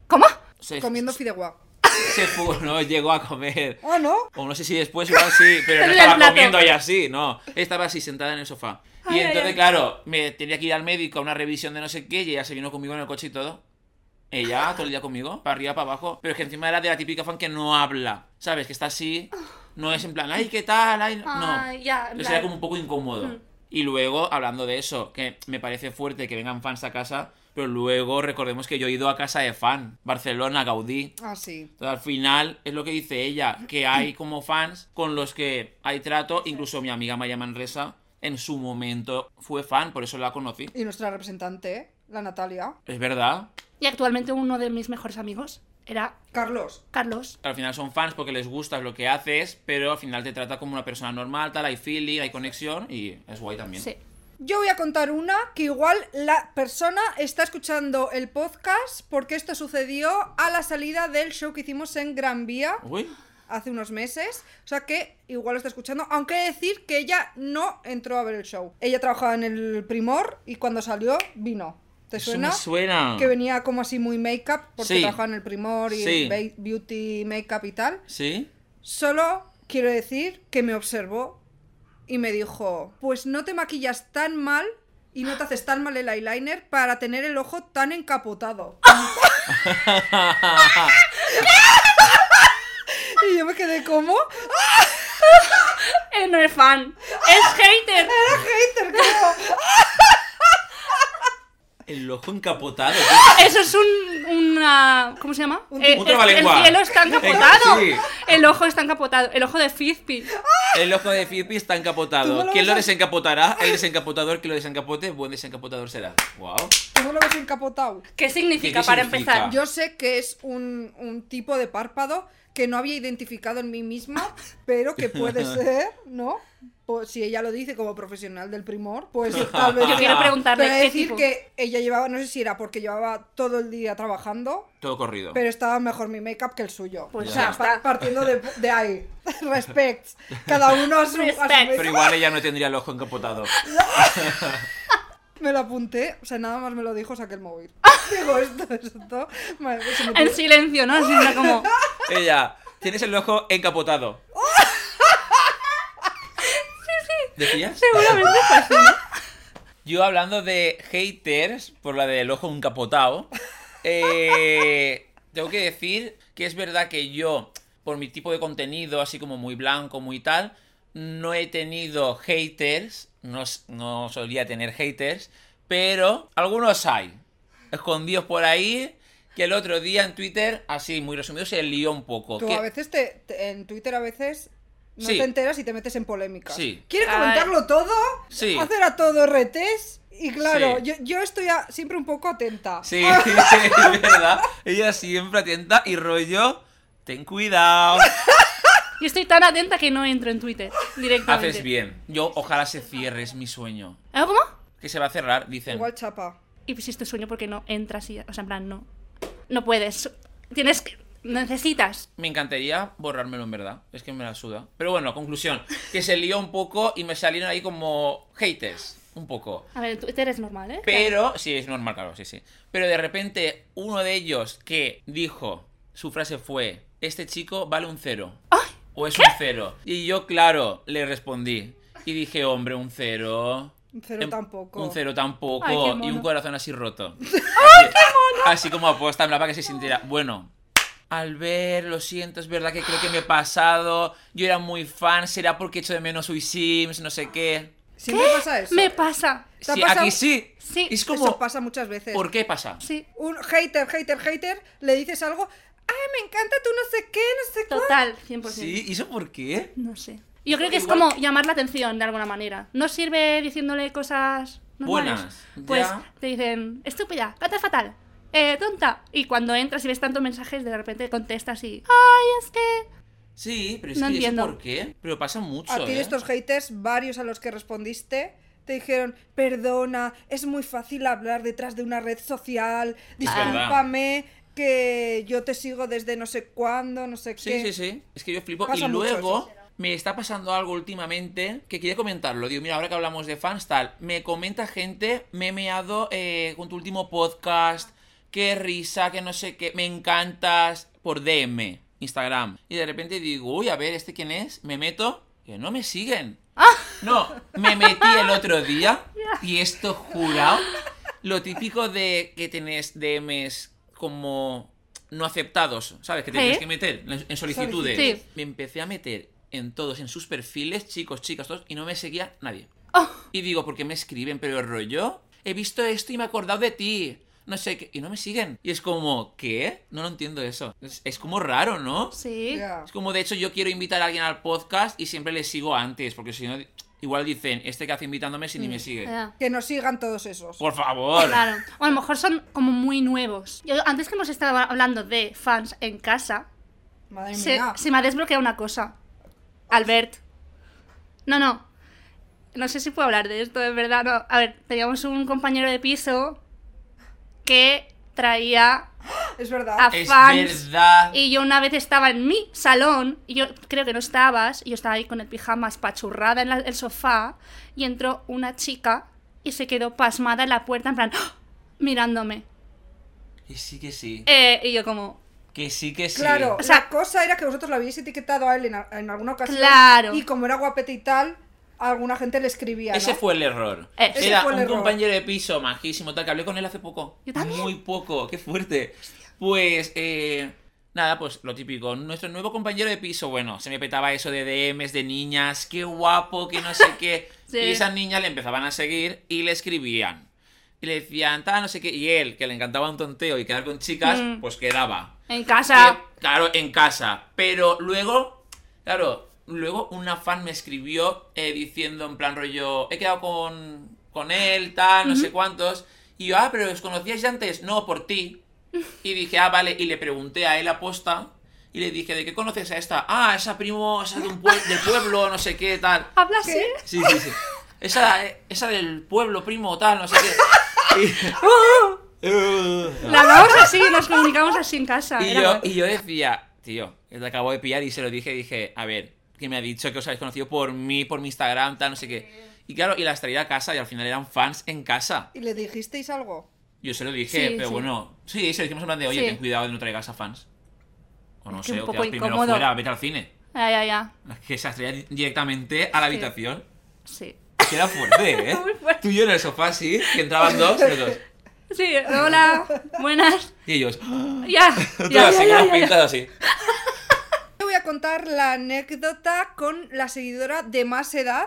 Speaker 4: ¿Cómo?
Speaker 3: Se,
Speaker 2: Comiendo fideuá.
Speaker 3: se fue, *laughs* no, llegó a comer.
Speaker 2: Ah, ¿no?
Speaker 3: O no sé si después, igual sí,
Speaker 4: *laughs*
Speaker 3: pero no
Speaker 4: Tenía el
Speaker 3: estaba
Speaker 4: plato.
Speaker 3: comiendo y así, no. Estaba así sentada en el sofá.
Speaker 4: Ay,
Speaker 3: Y
Speaker 4: ay,
Speaker 3: entonces,
Speaker 4: ay.
Speaker 3: claro, me tenía que ir al médico a una revisión de no sé qué y ella se vino conmigo en el coche y todo. Ella, todo el día conmigo, para arriba, para abajo. Pero es que encima era de la típica fan que no habla, ¿sabes? Que está así, no es en plan, ay, ¿qué tal? Ay, no.
Speaker 4: Ay, Ah, ya, en
Speaker 3: Entonces
Speaker 4: plan.
Speaker 3: era como un poco incómodo.
Speaker 4: Mm.
Speaker 3: Y luego, hablando de eso, que me parece fuerte que vengan fans a casa, pero luego recordemos que yo he ido a casa de fan. Barcelona, Gaudí.
Speaker 2: Ah, sí.
Speaker 3: Entonces, al final es lo que dice ella, que hay como fans con los que hay trato, incluso mi amiga María Manresa en su momento fue fan, por eso la conocí.
Speaker 2: Y nuestra representante, la Natalia.
Speaker 3: Es verdad,
Speaker 4: Y actualmente uno de mis mejores amigos era
Speaker 2: Carlos.
Speaker 4: Carlos.
Speaker 3: al final son fans porque les gusta lo que haces, pero al final te trata como una persona normal, tal, hay feeling, hay conexión y es guay también.
Speaker 4: Sí.
Speaker 2: Yo voy a contar una que igual la persona está escuchando el podcast porque esto sucedió a la salida del show que hicimos en Gran Vía
Speaker 3: Uy,
Speaker 2: hace unos meses. O sea que igual lo está escuchando, aunque he de decir que ella no entró a ver el show. Ella trabajaba en el Primor y cuando salió vino. ¿Te
Speaker 3: eso
Speaker 2: suena?
Speaker 3: me suena.
Speaker 2: Que venía como así muy make-up porque
Speaker 3: Sí.
Speaker 2: trabajaba en el Primor y
Speaker 3: Sí.
Speaker 2: be- beauty, make-up y tal.
Speaker 3: ¿Sí?
Speaker 2: Solo quiero decir que me observó y me dijo, pues no te maquillas tan mal y no te haces tan mal el eyeliner para tener el ojo tan encapotado. y yo me quedé como...
Speaker 4: Él no es fan. Es hater.
Speaker 2: "Hater, como".
Speaker 3: El ojo encapotado. tío.
Speaker 4: Eso es un. Una, ¿Cómo se llama?
Speaker 2: Un-
Speaker 4: Eh,
Speaker 3: un
Speaker 4: el, el
Speaker 3: trabalengua.
Speaker 4: cielo está encapotado.
Speaker 3: Sí.
Speaker 4: El ojo está encapotado. El ojo de Fizpi.
Speaker 3: El ojo de Fizpi está
Speaker 2: Tú no
Speaker 3: encapotado.
Speaker 2: lo
Speaker 3: ¿Quién
Speaker 2: vas
Speaker 3: lo
Speaker 2: a-
Speaker 3: desencapotará? El desencapotador que lo desencapote, buen desencapotador será. Wow.
Speaker 2: ¿Cómo lo ves encapotado?
Speaker 4: ¿Qué significa
Speaker 3: ¿Qué- qué
Speaker 4: para
Speaker 3: significa?
Speaker 4: empezar?
Speaker 2: Yo sé que es un, un tipo de párpado que no había identificado en mí misma, pero que puede ser, ¿no? Pues si ella lo dice como profesional del primor, pues tal vez...
Speaker 4: Yo quiero preguntarle
Speaker 2: Pero he de
Speaker 4: qué
Speaker 2: decir
Speaker 4: tipo.
Speaker 2: que ella llevaba, no sé si era porque llevaba todo el día trabajando,
Speaker 3: Todo corrido.
Speaker 2: pero estaba mejor mi make-up que el suyo.
Speaker 4: Pues
Speaker 2: o sea,
Speaker 4: ya
Speaker 2: pa-
Speaker 4: está.
Speaker 2: partiendo de, de ahí. *laughs* Respect. Cada uno a su, a su
Speaker 4: Respect.
Speaker 2: make-up.
Speaker 3: Pero igual ella no tendría el ojo encapotado.
Speaker 2: Me lo apunté, o sea, nada más me lo dijo, saqué el
Speaker 4: *laughs*
Speaker 2: móvil. Digo esto, esto. Madre, se me
Speaker 4: En
Speaker 2: ocurre.
Speaker 4: silencio, ¿no? Así era como.
Speaker 3: Ella, tienes el ojo encapotado. ¿Decías?
Speaker 4: Seguramente fue así.
Speaker 3: Yo hablando de haters por la del ojo encapotado, eh, tengo que decir que es verdad que yo, por mi tipo de contenido, así como muy blanco, muy tal, no he tenido haters, no, s- no solía tener haters, pero algunos hay, escondidos por ahí, que el otro día en Twitter, así muy resumido, se lió un poco.
Speaker 2: Tú
Speaker 3: que-
Speaker 2: a veces te, te- en Twitter a veces no
Speaker 3: Sí.
Speaker 2: te enteras y te metes en polémicas.
Speaker 3: Sí.
Speaker 2: ¿Quieres
Speaker 4: Ay.
Speaker 2: comentarlo todo?
Speaker 3: Sí.
Speaker 2: ¿Hacer a todo retes? Y claro,
Speaker 3: Sí.
Speaker 2: yo, yo estoy a- siempre un poco atenta.
Speaker 3: Sí, *laughs* es verdad. Ella siempre atenta y rollo. Ten cuidado.
Speaker 4: Yo estoy tan atenta que no entro en Twitter directamente.
Speaker 3: Haces bien. Yo ojalá se cierre, es mi sueño.
Speaker 4: ¿Eh, ¿Cómo?
Speaker 3: Que se va a cerrar, dicen.
Speaker 2: Igual chapa.
Speaker 4: Y pues este sueño porque no entras y... O sea, en plan, no. No puedes. Tienes que... Necesitas.
Speaker 3: Me encantaría borrármelo en verdad. Es que me la suda. Pero bueno, conclusión. Que se lió un poco y me salieron ahí como haters. Un poco.
Speaker 4: A ver, Twitter es normal, ¿eh?
Speaker 3: Pero, sí, es normal, claro, sí, sí. Pero de repente, uno de ellos que dijo, su frase fue, este chico vale un cero. O es un cero. Y yo, claro, le respondí. Y dije, hombre, un cero.
Speaker 2: Un cero
Speaker 3: Em,
Speaker 2: tampoco.
Speaker 3: Un cero tampoco.
Speaker 4: Ay, qué
Speaker 3: y un
Speaker 4: mono.
Speaker 3: corazón así roto. Así, así como apuesta, en plan, para que se sintiera. Bueno. Albert, lo siento, es verdad que creo que me he pasado. Yo era muy fan, será porque echo de menos Uy Sims, no sé qué.
Speaker 2: Siempre pasa eso.
Speaker 4: Me pasa.
Speaker 2: ¿Te ha
Speaker 3: Sí,
Speaker 2: pasado?
Speaker 3: aquí sí.
Speaker 4: Sí,
Speaker 3: Es como.
Speaker 2: Eso pasa muchas veces.
Speaker 3: ¿Por qué pasa?
Speaker 4: Sí.
Speaker 2: Un hater, hater, hater, le dices algo. ¡Ay, me encanta tú no sé qué, no sé cuál!
Speaker 4: Total, 100%.
Speaker 3: Sí, ¿y eso por qué?
Speaker 4: No sé. Yo creo que es como llamar la atención de alguna manera. No sirve diciéndole cosas normales.
Speaker 3: Buenas,
Speaker 4: Pues
Speaker 3: ya.
Speaker 4: te dicen, estúpida, canta fatal, eh, tonta. Y cuando entras y ves tantos mensajes, de repente contestas y, ay, es que...
Speaker 3: Sí, pero es
Speaker 4: No
Speaker 3: que
Speaker 4: entiendo.
Speaker 3: ¿eso por qué? Pero pasa mucho,
Speaker 2: A ti de
Speaker 3: ¿eh?
Speaker 2: estos haters, varios a los que respondiste, te dijeron, perdona, es muy fácil hablar detrás de una red social,
Speaker 3: verdad.
Speaker 2: discúlpame que yo te sigo desde no sé cuándo, no sé
Speaker 3: Sí,
Speaker 2: qué.
Speaker 3: sí, sí. Es que yo flipo.
Speaker 2: Pasa
Speaker 3: y
Speaker 2: mucho
Speaker 3: luego
Speaker 2: eso.
Speaker 3: me está pasando algo últimamente que quería comentarlo. Digo, mira, ahora que hablamos de fans, tal. Me comenta gente, me he meado eh, con tu último podcast. Qué risa, que no sé qué. Me encantas. Por DM, Instagram. Y de repente digo, uy, a ver, ¿este quién es? Me meto. Que no me siguen. No, me metí el otro día y esto jurado. Lo típico de que tenés DMs como no aceptados, ¿sabes? Que te
Speaker 4: Sí.
Speaker 3: tienes que meter en- en solicitudes.
Speaker 4: Sí.
Speaker 3: Me empecé a meter en todos, en sus perfiles, chicos, chicas, todos, y no me seguía nadie.
Speaker 4: Oh.
Speaker 3: Y digo, ¿por qué me escriben? Pero rollo, he visto esto y me he acordado de ti. No sé qué, y no me siguen. Y es como, ¿qué? No lo entiendo eso. Es, es como raro, ¿no?
Speaker 4: Sí.
Speaker 2: Ya.
Speaker 3: Es como, de hecho, yo quiero invitar a alguien al podcast y siempre le sigo antes, porque si no, igual dicen, este que hace invitándome si ni
Speaker 4: Mm,
Speaker 3: me sigue.
Speaker 4: Ya.
Speaker 2: Que nos sigan todos esos.
Speaker 3: Por favor.
Speaker 4: Claro. O a lo mejor son como muy nuevos. Yo, antes que hemos estado hablando de fans en casa,
Speaker 2: Madre
Speaker 4: se,
Speaker 2: mía.
Speaker 4: se me ha desbloqueado una cosa. Albert. No, no. No sé si puedo hablar de esto, de verdad. No. A ver, teníamos un compañero de piso que traía
Speaker 2: Es verdad.
Speaker 4: a
Speaker 3: Es
Speaker 4: fans.
Speaker 3: verdad.
Speaker 4: Y yo una vez estaba en mi salón, y yo creo que no estabas, y yo estaba ahí con el pijama espachurrada en la- el sofá, y entró una chica y se quedó pasmada en la puerta, en plan, ¡Ah! mirándome.
Speaker 3: Que sí, que sí.
Speaker 4: Eh, y yo como,
Speaker 3: Que sí, que sí.
Speaker 2: Claro,
Speaker 4: O sea-
Speaker 2: la cosa era que vosotros lo habíais etiquetado a él en, a- en alguna ocasión.
Speaker 4: Claro.
Speaker 2: Y como era guapete y tal, alguna gente le escribía. ¿no?
Speaker 3: Ese fue el error.
Speaker 4: Eh.
Speaker 2: Ese
Speaker 3: Era
Speaker 2: fue el
Speaker 3: un
Speaker 2: error.
Speaker 3: compañero de piso majísimo, tal, que hablé con él hace poco.
Speaker 4: Yo también.
Speaker 3: Muy poco, qué fuerte. Pues, eh, nada, pues lo típico. Nuestro nuevo compañero de piso, bueno, se me petaba eso de DMs de niñas, qué guapo, que no sé qué.
Speaker 4: Sí.
Speaker 3: Y esas niñas le empezaban a seguir y le escribían. Y le decían, tal, no sé qué. Y él, que le encantaba un tonteo y quedar con chicas,
Speaker 4: Mm.
Speaker 3: pues quedaba.
Speaker 4: en
Speaker 3: Que,
Speaker 4: casa.
Speaker 3: Eh, claro, en casa. Pero luego, claro, luego una fan me escribió eh, diciendo en plan rollo, he quedado con, con él, tal, no sé cuántos. Y yo, ah, pero os conocíais ya antes. No, por ti. Y dije, ah, vale. Y le pregunté a él aposta. Y le dije, ¿de qué conoces a esta? Ah, esa primo, esa de un pue- del pueblo, no sé qué, tal.
Speaker 4: Habla así.
Speaker 3: Sí, sí, sí. Esa, eh, esa del pueblo, primo, tal, no sé qué. Y-
Speaker 4: La hablamos así, nos comunicamos así en casa.
Speaker 3: y
Speaker 4: Ah, era
Speaker 3: yo,
Speaker 4: guay.
Speaker 3: y yo decía, tío, que te acabo de pillar y se lo dije, dije, a ver, que me ha dicho que os habéis conocido por mí, por mi Instagram, tal, no sé qué. Y claro, y las traía a casa y al final eran fans en casa.
Speaker 2: ¿Y le dijisteis algo?
Speaker 3: Yo se lo dije,
Speaker 4: Sí,
Speaker 3: pero
Speaker 4: sí.
Speaker 3: bueno, sí, se lo dijimos en plan de, oye,
Speaker 4: Sí.
Speaker 3: ten cuidado de no traigas a fans. O no
Speaker 4: Es que
Speaker 3: sé,
Speaker 4: un
Speaker 3: o
Speaker 4: poco
Speaker 3: quedas primero
Speaker 4: incómodo.
Speaker 3: fuera, vete al cine.
Speaker 4: "Ah, Ya, ya, ya.
Speaker 3: Es Que se las traía di- directamente a la
Speaker 4: Sí.
Speaker 3: habitación.
Speaker 4: Sí.
Speaker 3: Que era
Speaker 4: *laughs*
Speaker 3: fuerte, ¿eh?
Speaker 4: Muy fuerte.
Speaker 3: Tú y yo en el sofá, sí, que entraban dos, los dos.
Speaker 4: Sí, hola, buenas.
Speaker 3: Y ellos, *laughs*
Speaker 4: Ya, ya,
Speaker 3: todas
Speaker 4: ya,
Speaker 3: así,
Speaker 4: ya,
Speaker 3: con las
Speaker 4: ya, ya.
Speaker 3: pintas así.
Speaker 2: Te voy a contar la anécdota con la seguidora de más edad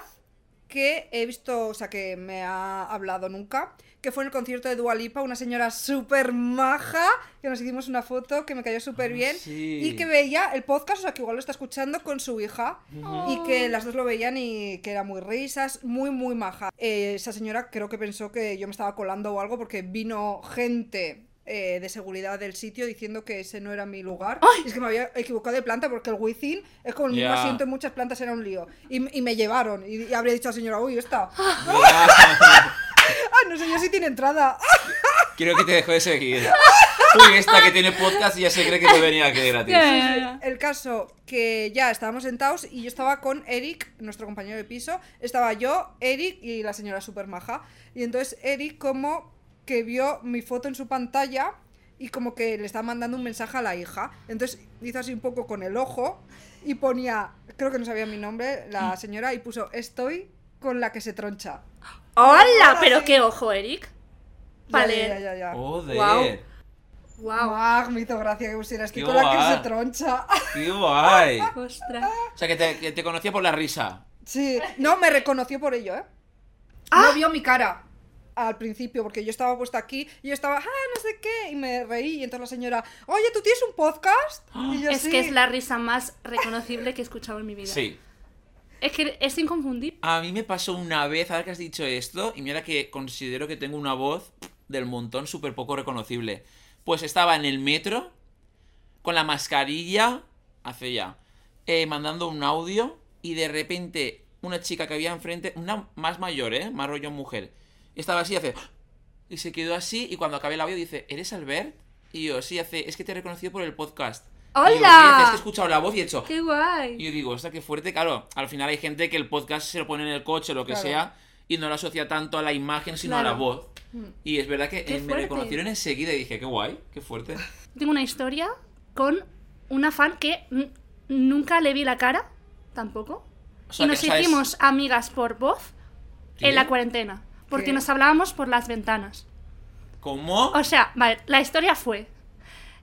Speaker 2: que he visto, o sea, que me ha hablado nunca, que fue en el concierto de Dualipa, una señora súper maja, que nos hicimos una foto que me cayó súper bien,
Speaker 3: sí.
Speaker 2: y que veía el podcast, o sea, que igual lo está escuchando con su hija, y que las dos lo veían y que era muy risas, muy, muy maja. Eh, esa señora creo que pensó que yo me estaba colando o algo porque vino gente eh, de seguridad del sitio diciendo que ese no era mi lugar. Y Es que me había equivocado de planta porque el Within es como
Speaker 3: Ya.
Speaker 2: un asiento en muchas plantas era un lío. Y, y me llevaron y, y habría dicho a la señora, uy, esta.
Speaker 4: *laughs*
Speaker 2: Ah, no sé yo si tiene entrada. Ah,
Speaker 3: Quiero que te dejo de seguir. Uy, esta que tiene podcast y ya se cree que te venía aquí gratis.
Speaker 4: Ya, ya, ya.
Speaker 2: El caso que ya estábamos sentados y yo estaba con Eric, nuestro compañero de piso. Estaba yo, Eric y la señora super maja. Y entonces Eric como que vio mi foto en su pantalla y como que le estaba mandando un mensaje a la hija. Entonces hizo así un poco con el ojo y ponía, creo que no sabía mi nombre, la señora, y puso, estoy con la que se troncha.
Speaker 4: ¡Hola!
Speaker 2: Ahora
Speaker 4: Pero
Speaker 2: sí.
Speaker 4: qué ojo, Eric.
Speaker 2: Ya,
Speaker 4: Vale.
Speaker 2: Ya, ya, ya.
Speaker 3: Joder,
Speaker 4: Guau. ¡Wow!
Speaker 2: Guau, me hizo gracia que pusiera, estoy
Speaker 3: Qué
Speaker 2: con la que
Speaker 3: guay.
Speaker 2: se troncha.
Speaker 3: qué guay.
Speaker 4: ¡Ostras!
Speaker 2: Ah,
Speaker 3: O sea, que te, que te conocía por la risa.
Speaker 4: *laughs*
Speaker 2: Sí, no, me reconoció por ello, ¿eh?
Speaker 4: Ah.
Speaker 2: No vio mi cara al principio, porque yo estaba puesta aquí y yo estaba, ah, no sé qué, y me reí. Y entonces la señora, oye, ¿tú tienes un podcast? Y yo,
Speaker 4: *gasps* Es
Speaker 2: "Sí".
Speaker 4: que es la risa más reconocible que he escuchado en mi vida.
Speaker 3: Sí.
Speaker 4: Es que es inconfundible.
Speaker 3: A mí me pasó una vez, ahora que has dicho esto, y mira que considero que tengo una voz del montón súper poco reconocible. Pues estaba en el metro, con la mascarilla, hace ya, eh, mandando un audio, y de repente una chica que había enfrente, una más mayor, ¿eh? Más rollo mujer, estaba así, hace... Y se quedó así, y cuando acabé el audio dice, ¿eres Albert? Y yo, sí, hace, es que te he reconocido por el podcast. Y yo,
Speaker 4: ¡Hola!
Speaker 3: "¿Qué haces?". Es que he escuchado la voz y he hecho...
Speaker 4: ¡Qué
Speaker 3: Y
Speaker 4: guay!
Speaker 3: yo digo, hostia, qué fuerte, claro. Al final hay gente que el podcast se lo pone en el coche o lo que
Speaker 2: Claro.
Speaker 3: sea y no lo asocia tanto a la imagen sino a la
Speaker 4: Claro.
Speaker 3: voz. Y es verdad que
Speaker 4: Qué
Speaker 3: eh, me
Speaker 4: fuerte.
Speaker 3: reconocieron enseguida y dije, qué guay, qué fuerte.
Speaker 4: Tengo una historia con una fan que n- nunca le vi la cara, tampoco.
Speaker 3: O sea,
Speaker 4: y
Speaker 3: que-
Speaker 4: nos
Speaker 3: o sea, es-
Speaker 4: hicimos amigas por voz
Speaker 3: ¿Qué?
Speaker 4: en la cuarentena. Porque
Speaker 2: ¿Qué?
Speaker 4: nos hablábamos por las ventanas.
Speaker 3: ¿Cómo?
Speaker 4: O sea, vale, la historia fue.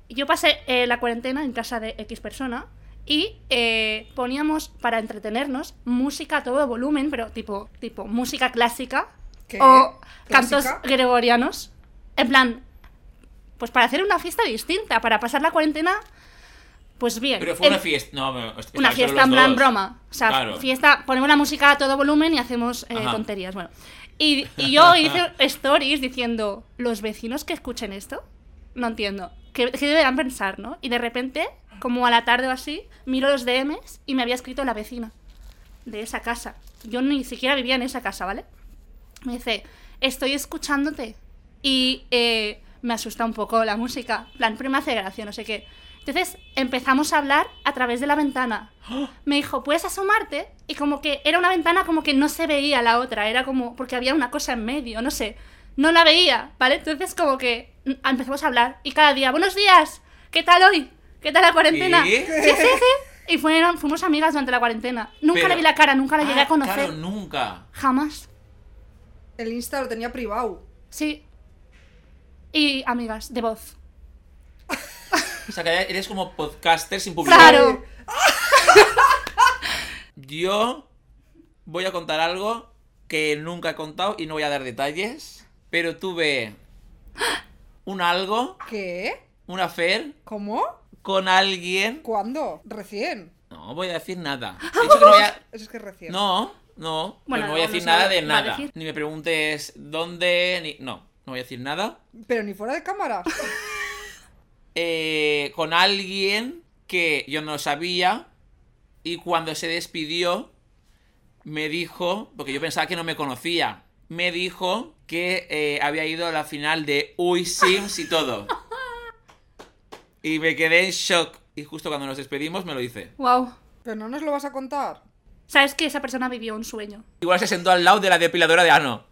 Speaker 4: Yo pasé eh, la cuarentena en casa de X persona y eh, poníamos para entretenernos música a todo volumen, pero tipo, tipo música clásica
Speaker 2: ¿Qué?
Speaker 4: o cantos
Speaker 2: ¿Clásica?
Speaker 4: gregorianos. En plan, pues para hacer una fiesta distinta, para pasar la cuarentena, pues bien.
Speaker 3: Pero fue una
Speaker 4: En-
Speaker 3: fiesta. No, me- est-
Speaker 4: una
Speaker 3: estáis
Speaker 4: fiesta
Speaker 3: los
Speaker 4: en plan
Speaker 3: dos.
Speaker 4: broma. O sea,
Speaker 3: Claro.
Speaker 4: fiesta, ponemos la música a todo volumen y hacemos eh,
Speaker 3: Ajá.
Speaker 4: tonterías. Bueno, y, y yo hice stories diciendo, los vecinos que escuchen esto, no entiendo. ¿Qué, qué deberán pensar, no? Y de repente, como a la tarde o así, miro los DMs y me había escrito la vecina de esa casa. Yo ni siquiera vivía en esa casa, ¿vale? Me dice, estoy escuchándote. Y eh, me asusta un poco la música. En plan, pero me hace gracia, no sé qué. Entonces empezamos a hablar a través de la ventana. Me dijo, ¿puedes asomarte? Y como que era una ventana como que no se veía la otra. Era como, porque había una cosa en medio, no sé. No la veía, ¿vale? Entonces como que mm, empezamos a hablar. Y cada día, buenos días, ¿qué tal hoy? ¿Qué tal la cuarentena?
Speaker 3: ¿Qué?
Speaker 4: Sí, sí, sí. Y fueron, fuimos amigas durante la cuarentena. Nunca
Speaker 3: Pero-
Speaker 4: le vi la cara, nunca la llegué
Speaker 3: Ah,
Speaker 4: a conocer.
Speaker 3: Claro, nunca.
Speaker 4: Jamás.
Speaker 2: El Insta lo tenía privado.
Speaker 4: Sí. Y amigas, de voz.
Speaker 3: O sea, que eres como podcaster sin publicar.
Speaker 4: Claro.
Speaker 3: Yo voy a contar algo que nunca he contado y no voy a dar detalles, pero tuve un algo,
Speaker 2: ¿Qué?
Speaker 3: un affair
Speaker 2: ¿Cómo?
Speaker 3: con alguien.
Speaker 2: ¿Cuándo? Recién.
Speaker 3: No voy a decir nada. De hecho, que no voy a.
Speaker 2: Eso es que es recién.
Speaker 3: No, no. pues
Speaker 4: Bueno,
Speaker 3: no voy a
Speaker 4: no,
Speaker 3: decir
Speaker 4: no se
Speaker 3: nada
Speaker 4: va-
Speaker 3: de
Speaker 4: va a
Speaker 3: nada.
Speaker 4: decir.
Speaker 3: Ni me preguntes dónde, ni. No, no voy a decir nada.
Speaker 2: Pero ni fuera de cámara.
Speaker 3: Eh, con alguien que yo no sabía y cuando se despidió me dijo, porque yo pensaba que no me conocía, me dijo que eh, había ido a la final de Uy Sims y
Speaker 4: *laughs*
Speaker 3: todo. Y me quedé en shock. Y justo cuando nos despedimos me lo dice.
Speaker 4: Wow.
Speaker 2: Pero no nos lo vas a contar.
Speaker 4: Sabes que esa persona vivió un sueño.
Speaker 3: Igual se sentó al lado de la depiladora de
Speaker 4: *laughs*
Speaker 3: Ano.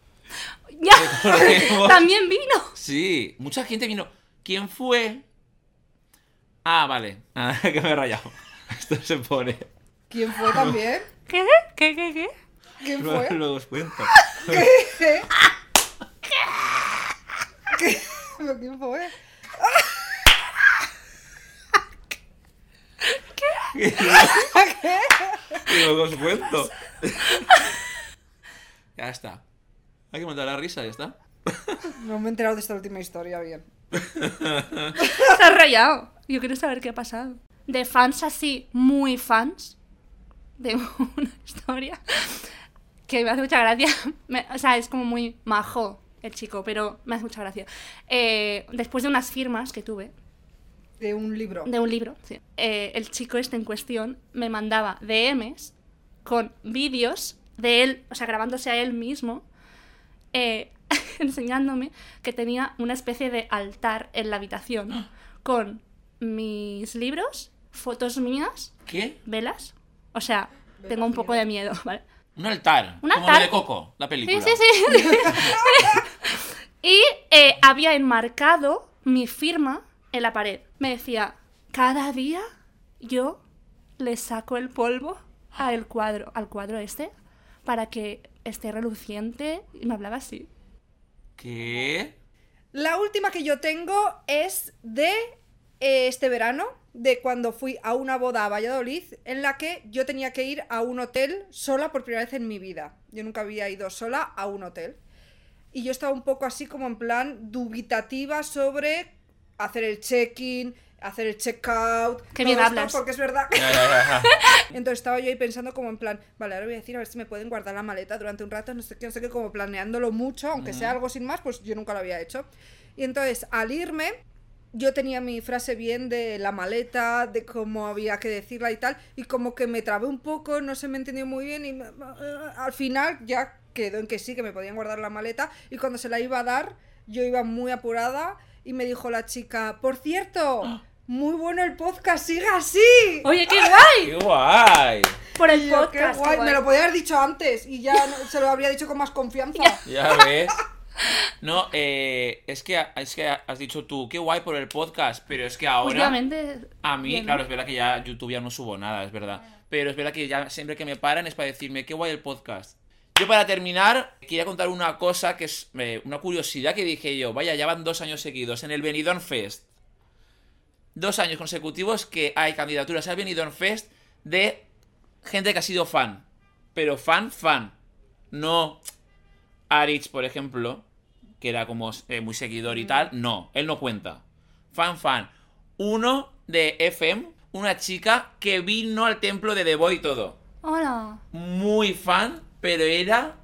Speaker 4: ¡Ya!
Speaker 3: *laughs* Recordemos.
Speaker 4: También vino.
Speaker 3: Sí, mucha gente vino. ¿Quién fue? Ah, vale. *laughs* Ah, que me he rayado. *laughs* Esto se pone.
Speaker 2: ¿Quién fue también?
Speaker 4: ¿Qué? ¿Qué? ¿Qué? ¿Qué?
Speaker 2: ¿Quién
Speaker 3: *laughs* Luego,
Speaker 2: fue?
Speaker 3: luego os cuento.
Speaker 4: *laughs*
Speaker 2: ¿Qué? ¿Qué? *laughs* ¿Pero ¿Quién fue?
Speaker 4: *laughs*
Speaker 3: Luego os cuento. Ya está. Hay que montar la risa, ya está.
Speaker 2: No me he enterado de esta última historia bien.
Speaker 4: Se ha rayado. Yo quiero saber qué ha pasado. De fans así, muy fans, tengo *laughs* una historia que me hace mucha gracia. Me- o sea, es como muy majo el chico, pero me hace mucha gracia. Eh, después de unas firmas que tuve,
Speaker 2: De un libro.
Speaker 4: de un libro, sí, eh, el chico este en cuestión me mandaba DMs con vídeos de él, o sea, grabándose a él mismo, eh, *laughs* enseñándome que tenía una especie de altar en la habitación con mis libros, fotos mías
Speaker 3: ¿Qué?
Speaker 4: velas. O sea, tengo un poco de miedo, *laughs* ¿vale?
Speaker 3: Un altar.
Speaker 4: Un
Speaker 3: Como
Speaker 4: altar.
Speaker 3: de Coco, la
Speaker 4: Sí,
Speaker 3: película.
Speaker 4: sí, sí. *laughs* y eh, había enmarcado mi firma en la pared. Me decía, cada día yo le saco el polvo al cuadro, al cuadro este, para que esté reluciente. Y me hablaba así.
Speaker 3: ¿Qué?
Speaker 2: La última que yo tengo es de eh, este verano, de cuando fui a una boda a Valladolid, en la que yo tenía que ir a un hotel sola por primera vez en mi vida. Yo nunca había ido sola a un hotel. Y yo estaba un poco así como en plan dubitativa sobre hacer el check-in, hacer el check-out. todo
Speaker 4: Qué bien
Speaker 2: esto,
Speaker 4: hablas.
Speaker 2: Porque es verdad. *laughs*
Speaker 3: Ya, ya, ya, ya.
Speaker 2: Entonces estaba yo ahí pensando como en plan, vale, ahora voy a decir a ver si me pueden guardar la maleta durante un rato, no sé qué, no sé qué, como planeándolo mucho, aunque sea algo sin más, pues yo nunca lo había hecho. Y entonces al irme, yo tenía mi frase bien de la maleta, de cómo había que decirla y tal, y como que me trabé un poco, no se me entendió muy bien y me- eh, al final ya quedó en que sí, que me podían guardar la maleta y cuando se la iba a dar, yo iba muy apurada y me dijo la chica, por cierto, muy bueno el podcast, siga así.
Speaker 4: Oye, qué guay.
Speaker 3: ¡Qué guay!
Speaker 4: Por el
Speaker 2: Y yo,
Speaker 4: podcast.
Speaker 2: qué
Speaker 4: qué
Speaker 2: guay,
Speaker 4: guay.
Speaker 2: me lo podía haber dicho antes y ya no- se lo habría dicho con más confianza.
Speaker 3: Ya
Speaker 4: *laughs*
Speaker 3: ves. No, eh, es, que, es que has dicho tú, qué guay por el podcast, pero es que
Speaker 4: Pues
Speaker 3: ahora...
Speaker 4: Últimamente,
Speaker 3: A mí,
Speaker 4: bien,
Speaker 3: claro,
Speaker 4: ¿no? Ah.
Speaker 3: es verdad que ya YouTube ya no subo nada, es verdad. Pero es verdad que ya siempre que me paran es para decirme qué guay el podcast. Yo para terminar, quería contar una cosa que es eh, una curiosidad que dije yo. Vaya, ya van dos años seguidos en el Benidorm Fest. Dos años consecutivos que hay candidaturas al Benidorm Fest de gente que ha sido fan. Pero fan, fan. No Aritz, por ejemplo, que era como eh, muy seguidor
Speaker 4: Mm.
Speaker 3: y tal. No, él no cuenta. Fan, fan. Uno de FM, una chica que vino al templo de The Boy y todo.
Speaker 4: Hola.
Speaker 3: Muy fan, pero era.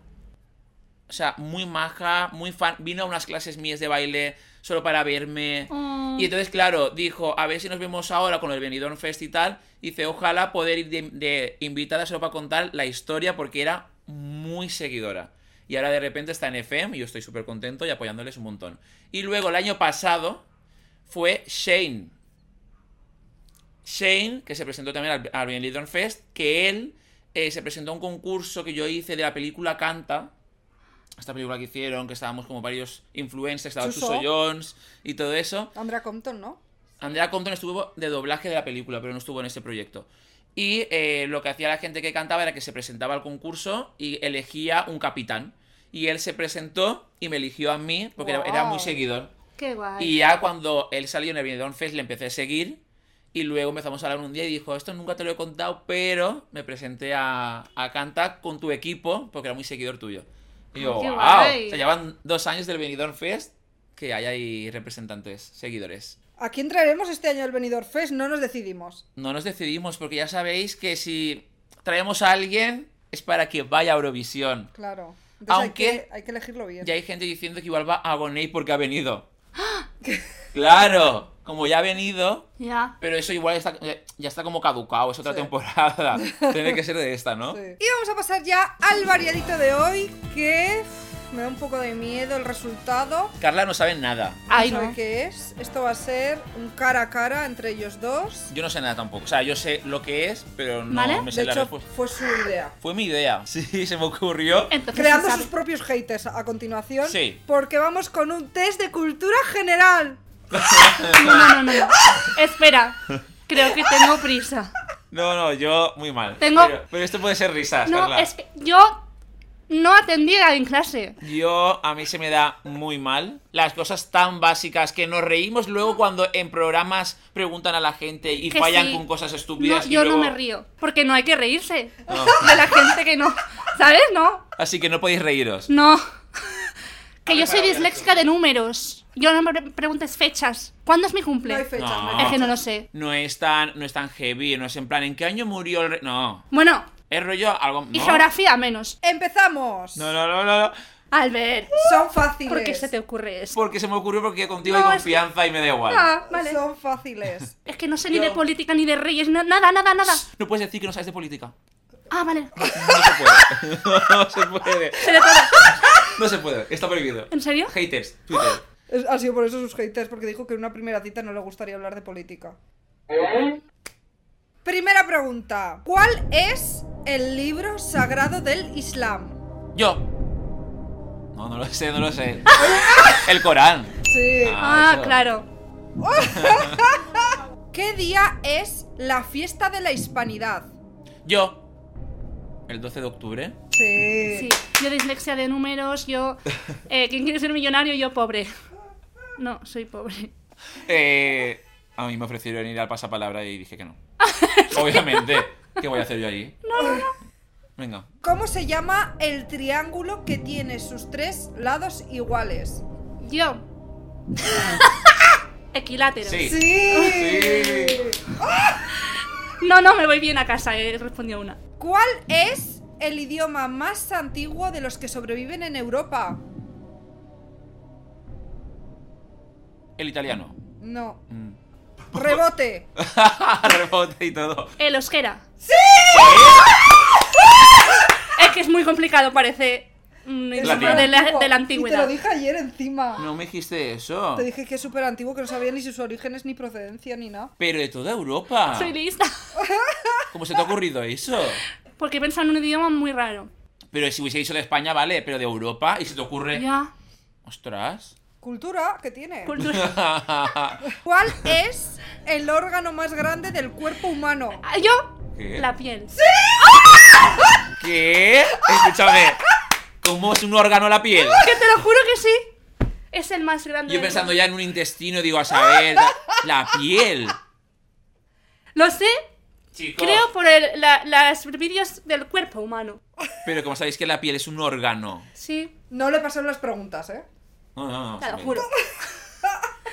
Speaker 3: O sea, muy maja, muy fan. Vino a unas clases mías de baile solo para verme.
Speaker 4: Oh.
Speaker 3: Y entonces, claro, dijo, a ver si nos vemos ahora con el Benidorm Fest y tal. Y Dice, ojalá poder ir de, de invitada solo para contar la historia porque era muy seguidora. Y ahora de repente está en FM y yo estoy súper contento y apoyándoles un montón. Y luego el año pasado fue Shane. Shane, que se presentó también al, al Benidorm Fest, que él eh, se presentó a un concurso que yo hice de la película Canta. Esta película que hicieron, que estábamos como varios influencers, estaba
Speaker 2: Suso.
Speaker 3: Suso Jones y todo eso.
Speaker 2: Andrea Compton, ¿no?
Speaker 3: Andrea Compton estuvo de doblaje de la película, pero no estuvo en ese proyecto. Y eh, lo que hacía la gente que cantaba era que se presentaba al concurso y elegía un capitán. Y él se presentó y me eligió a mí porque era- era
Speaker 2: Guau.
Speaker 3: muy seguidor.
Speaker 4: Qué guay.
Speaker 3: Y ya cuando él salió en el Benidorm Fest le empecé a seguir y luego empezamos a hablar un día y dijo, esto nunca te lo he contado, pero me presenté a, a Canta con tu equipo porque era muy seguidor tuyo. Y yo,
Speaker 4: Qué
Speaker 3: wow,
Speaker 4: guay.
Speaker 3: se llevan dos años del Benidorm Fest que hay ahí representantes, seguidores.
Speaker 2: ¿A quién traeremos este año el Benidorm Fest? No nos decidimos.
Speaker 3: No nos decidimos porque ya sabéis que si traemos a alguien es para que vaya a Eurovisión.
Speaker 2: Claro. Entonces hay,
Speaker 3: Aunque-
Speaker 2: que, hay que elegirlo bien.
Speaker 3: Ya hay gente diciendo que igual va a Gonei porque ha venido.
Speaker 2: *gasps*
Speaker 3: Claro, como ya ha venido,
Speaker 4: Ya.
Speaker 3: pero eso igual está, ya está como caducado, es otra
Speaker 2: Sí. *laughs*
Speaker 3: temporada. Tiene que ser de esta, ¿no?
Speaker 2: Sí. Y vamos a pasar ya al variadito de hoy, que uf, me da un poco de miedo el resultado.
Speaker 3: Carla no sabe nada.
Speaker 4: Ay,
Speaker 2: sabe
Speaker 4: no.
Speaker 2: qué es. Esto va a ser un cara a cara entre ellos dos.
Speaker 3: Yo no sé nada tampoco. O sea, yo sé lo que es, pero no
Speaker 4: ¿Vale?
Speaker 3: me sé
Speaker 2: De
Speaker 3: la
Speaker 2: hecho,
Speaker 3: respuesta.
Speaker 2: fue su idea.
Speaker 3: Fue mi idea. *laughs* Sí, se me ocurrió.
Speaker 4: Entonces,
Speaker 2: Creando
Speaker 4: se sabe.
Speaker 2: sus propios haters a continuación.
Speaker 3: Sí.
Speaker 2: Porque vamos con un test de cultura general.
Speaker 4: No, no, no, no. Espera. Creo que tengo prisa.
Speaker 3: No, no, yo muy mal.
Speaker 4: Tengo-
Speaker 3: Pero, pero esto puede ser risas,
Speaker 4: No,
Speaker 3: Carla.
Speaker 4: es que yo no atendida en clase.
Speaker 3: Yo, a mí se me da muy mal las cosas tan básicas que nos reímos luego cuando en programas preguntan a la gente y
Speaker 4: Que
Speaker 3: fallan
Speaker 4: sí.
Speaker 3: con cosas estúpidas.
Speaker 4: No,
Speaker 3: y
Speaker 4: yo no
Speaker 3: luego- Ah.
Speaker 4: me río, porque no hay que reírse
Speaker 3: No.
Speaker 4: *laughs* de la gente que no, ¿sabes? No,
Speaker 3: Así que no podéis reíros. *laughs*
Speaker 4: no. Que yo
Speaker 3: ver,
Speaker 4: soy
Speaker 3: para ver,
Speaker 4: disléxica de números. Yo no me pre- preguntes fechas. ¿Cuándo es mi cumple?
Speaker 2: No hay fecha.
Speaker 3: No.
Speaker 4: Es que no lo sé.
Speaker 3: No es tan, no es tan heavy, no es en plan, ¿en qué año murió el rey? No.
Speaker 4: Bueno,
Speaker 3: Es rollo algo. No.
Speaker 4: y geografía menos.
Speaker 2: Empezamos.
Speaker 3: No, no, no, no, no.
Speaker 4: Albert,
Speaker 2: Son fáciles.
Speaker 4: ¿por qué se te ocurre eso?
Speaker 3: Porque se me ocurrió porque contigo
Speaker 4: No,
Speaker 3: hay
Speaker 4: es que-
Speaker 3: confianza y me da igual.
Speaker 4: Ah, vale.
Speaker 2: Son fáciles.
Speaker 4: Es que no sé ni
Speaker 3: Yo-
Speaker 4: de política ni de reyes, na- nada, nada, nada.
Speaker 3: No puedes decir que no sabes de política.
Speaker 4: Ah, vale.
Speaker 3: No se puede. *laughs* No se puede.
Speaker 4: Se le para-
Speaker 3: No se puede. Está prohibido.
Speaker 4: ¿En serio?
Speaker 3: Haters, Twitter.
Speaker 2: *laughs* Es- Ha sido por eso sus haters, porque dijo que en una primera cita no le gustaría hablar de política. ¿Eh? Primera pregunta. ¿Cuál es el libro sagrado del Islam?
Speaker 3: Yo. No, no lo sé, no lo sé. El Corán.
Speaker 2: Sí.
Speaker 4: Ah,
Speaker 3: eso.
Speaker 4: claro.
Speaker 2: ¿Qué día es la fiesta de la hispanidad?
Speaker 3: Yo. El 12 de octubre.
Speaker 2: Sí.
Speaker 4: Sí. Yo dislexia de números, yo... eh, ¿Quién quiere ser millonario? Yo pobre. No, soy pobre.
Speaker 3: Eh, a mí me ofrecieron ir al pasapalabra y dije que no. Obviamente. ¿Qué voy a hacer yo allí? No, no, no. Venga.
Speaker 2: ¿Cómo se llama el triángulo que tiene sus tres lados iguales? *laughs*
Speaker 4: Yo. Equilátero.
Speaker 3: Sí.
Speaker 2: Sí.
Speaker 4: No, no, me voy bien a casa, he respondido una.
Speaker 2: ¿Cuál es el idioma más antiguo de los que sobreviven en Europa?
Speaker 3: El italiano. *laughs*
Speaker 2: No.
Speaker 3: Mm.
Speaker 2: Rebote.
Speaker 3: Rebote y todo.
Speaker 4: El euskera. ¡Sí! Es que es muy complicado, parece. Un
Speaker 2: Es
Speaker 3: Latín.
Speaker 4: idioma de la,
Speaker 2: superantiguo.
Speaker 4: de la
Speaker 2: Y te
Speaker 4: antigüedad.
Speaker 2: lo dije ayer encima.
Speaker 3: No me dijiste eso.
Speaker 2: Te dije que es súper antiguo, que no sabía ni sus orígenes, ni procedencia, ni nada.
Speaker 3: Pero de toda Europa.
Speaker 4: Soy lista.
Speaker 3: ¿Cómo se te ha ocurrido eso?
Speaker 4: Porque he pensado en un idioma muy raro.
Speaker 3: Pero si hubiese dicho de España, vale, pero de Europa y se te ocurre.
Speaker 4: Ya.
Speaker 3: Ostras. *laughs*
Speaker 2: Cultura que tiene.
Speaker 4: Cultura.
Speaker 2: ¿Cuál es el órgano más grande del cuerpo humano?
Speaker 4: Ah, Yo.
Speaker 3: ¿Qué?
Speaker 4: La piel.
Speaker 3: ¿Qué? Escúchame. ¿Cómo es un órgano la piel?
Speaker 4: Que te lo juro que sí. Es el más grande.
Speaker 3: Yo
Speaker 4: del
Speaker 3: pensando
Speaker 4: mundo.
Speaker 3: ya en un intestino, digo, a saber. La, la piel.
Speaker 4: Lo sé.
Speaker 3: Chicos.
Speaker 4: Creo por el, la, las vídeos del cuerpo humano.
Speaker 3: Pero como sabéis que la piel es un órgano.
Speaker 4: Sí.
Speaker 2: No le pasaron las preguntas, ¿eh?
Speaker 3: No, no, no,
Speaker 4: Te lo
Speaker 3: sí.
Speaker 4: juro. *laughs*